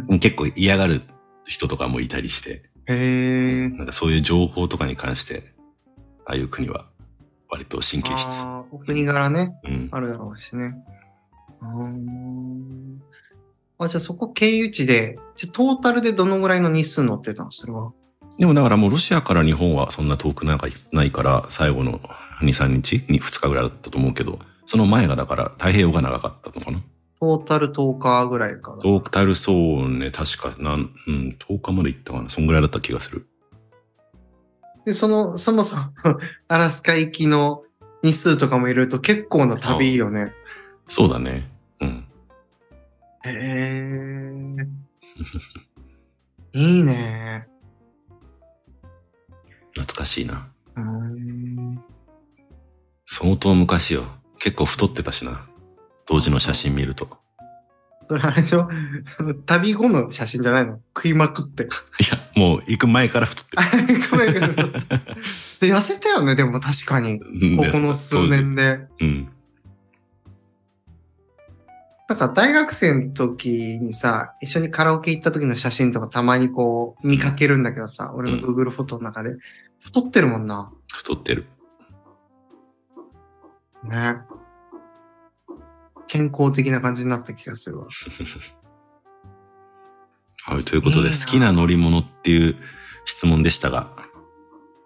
[SPEAKER 2] うん。
[SPEAKER 3] 結構嫌がる人とかもいたりして、
[SPEAKER 2] えー。
[SPEAKER 3] なんかそういう情報とかに関してああいう国は割と神経質、
[SPEAKER 2] あーお国柄ね、
[SPEAKER 3] うん、
[SPEAKER 2] あるだろうしね。うーんあ、じゃあそこ経由地で、じゃあトータルでどのぐらいの日数乗ってたのそれは。
[SPEAKER 3] でもだからもうロシアから日本はそんな遠くなんかないから最後の23日に2日ぐらいだったと思うけどその前がだから太平洋が長かったのかな
[SPEAKER 2] トータル10日ぐらいかな。
[SPEAKER 3] トータルそうね、確か、なん、うん、10日まで行ったかな。そんぐらいだった気がする。
[SPEAKER 2] で、その、 そもそもアラスカ行きの日数とかも入れると結構な旅よね。
[SPEAKER 3] そうだね。うん。
[SPEAKER 2] へえ。いいね。
[SPEAKER 3] 懐かしいな。
[SPEAKER 2] うーん
[SPEAKER 3] 相当昔よ。結構太ってたしな。当時の写真見ると。
[SPEAKER 2] それあれでしょ 旅後の写真じゃないの食いまくって。
[SPEAKER 3] いや、もう行く前から太ってる。
[SPEAKER 2] ごめんごめんで痩せたよね、でも確かに。こ
[SPEAKER 3] うんで
[SPEAKER 2] この数。年で。
[SPEAKER 3] 当時うん。
[SPEAKER 2] なんか大学生の時にさ、一緒にカラオケ行った時の写真とかたまにこう見かけるんだけどさ、俺の Google フォトの中で。太ってるもんな。
[SPEAKER 3] 太ってる。
[SPEAKER 2] ね。健康的な感じになった気がするわ。
[SPEAKER 3] はい、ということ
[SPEAKER 2] い
[SPEAKER 3] で、
[SPEAKER 2] いな
[SPEAKER 3] 好きな乗り物っていう質問でしたが、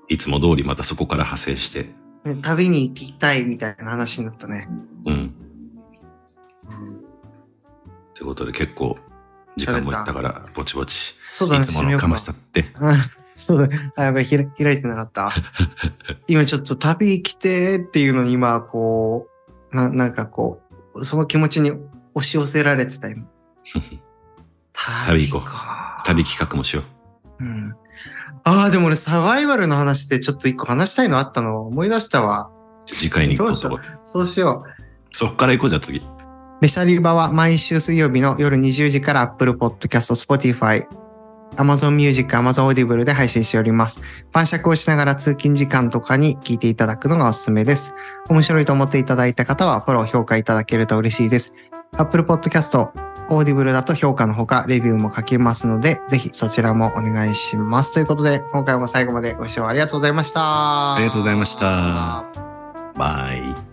[SPEAKER 3] いつも通りまたそこから派生して、
[SPEAKER 2] ね、旅に行きたいみたいな話になったね。
[SPEAKER 3] うん。ということで、結構、時間もいったから、ぼちぼち。
[SPEAKER 2] そうだね、
[SPEAKER 3] いつものかました
[SPEAKER 2] 締
[SPEAKER 3] って。
[SPEAKER 2] めようか。 そうだね。あ、やばい、ひら開いてなかった。今ちょっと旅行きてーっていうのに今、こう、ななんかこう、その気持ちに押し寄せられてた今。
[SPEAKER 3] 旅行こう
[SPEAKER 2] か
[SPEAKER 3] 旅企画もしよ
[SPEAKER 2] うん。ああ、でも俺サバイバルの話でちょっと一個話したいのあったの思い出したわ。
[SPEAKER 3] う。次回に行こうと
[SPEAKER 2] ど
[SPEAKER 3] こ。
[SPEAKER 2] そうしよう。
[SPEAKER 3] そっから行こうじゃあ次。
[SPEAKER 2] メシャリバは毎週水曜日の夜20時から Apple Podcast、Spotify、Amazon Music、Amazon Audible で配信しております。晩酌をしながら通勤時間とかに聞いていただくのがおすすめです。面白いと思っていただいた方はフォロー、評価いただけると嬉しいです。Apple Podcast、Audible だと評価のほかレビューも書けますので、ぜひそちらもお願いします。ということで、今回も最後までご視聴ありがとうございました。
[SPEAKER 3] ありがとうございました。バイ。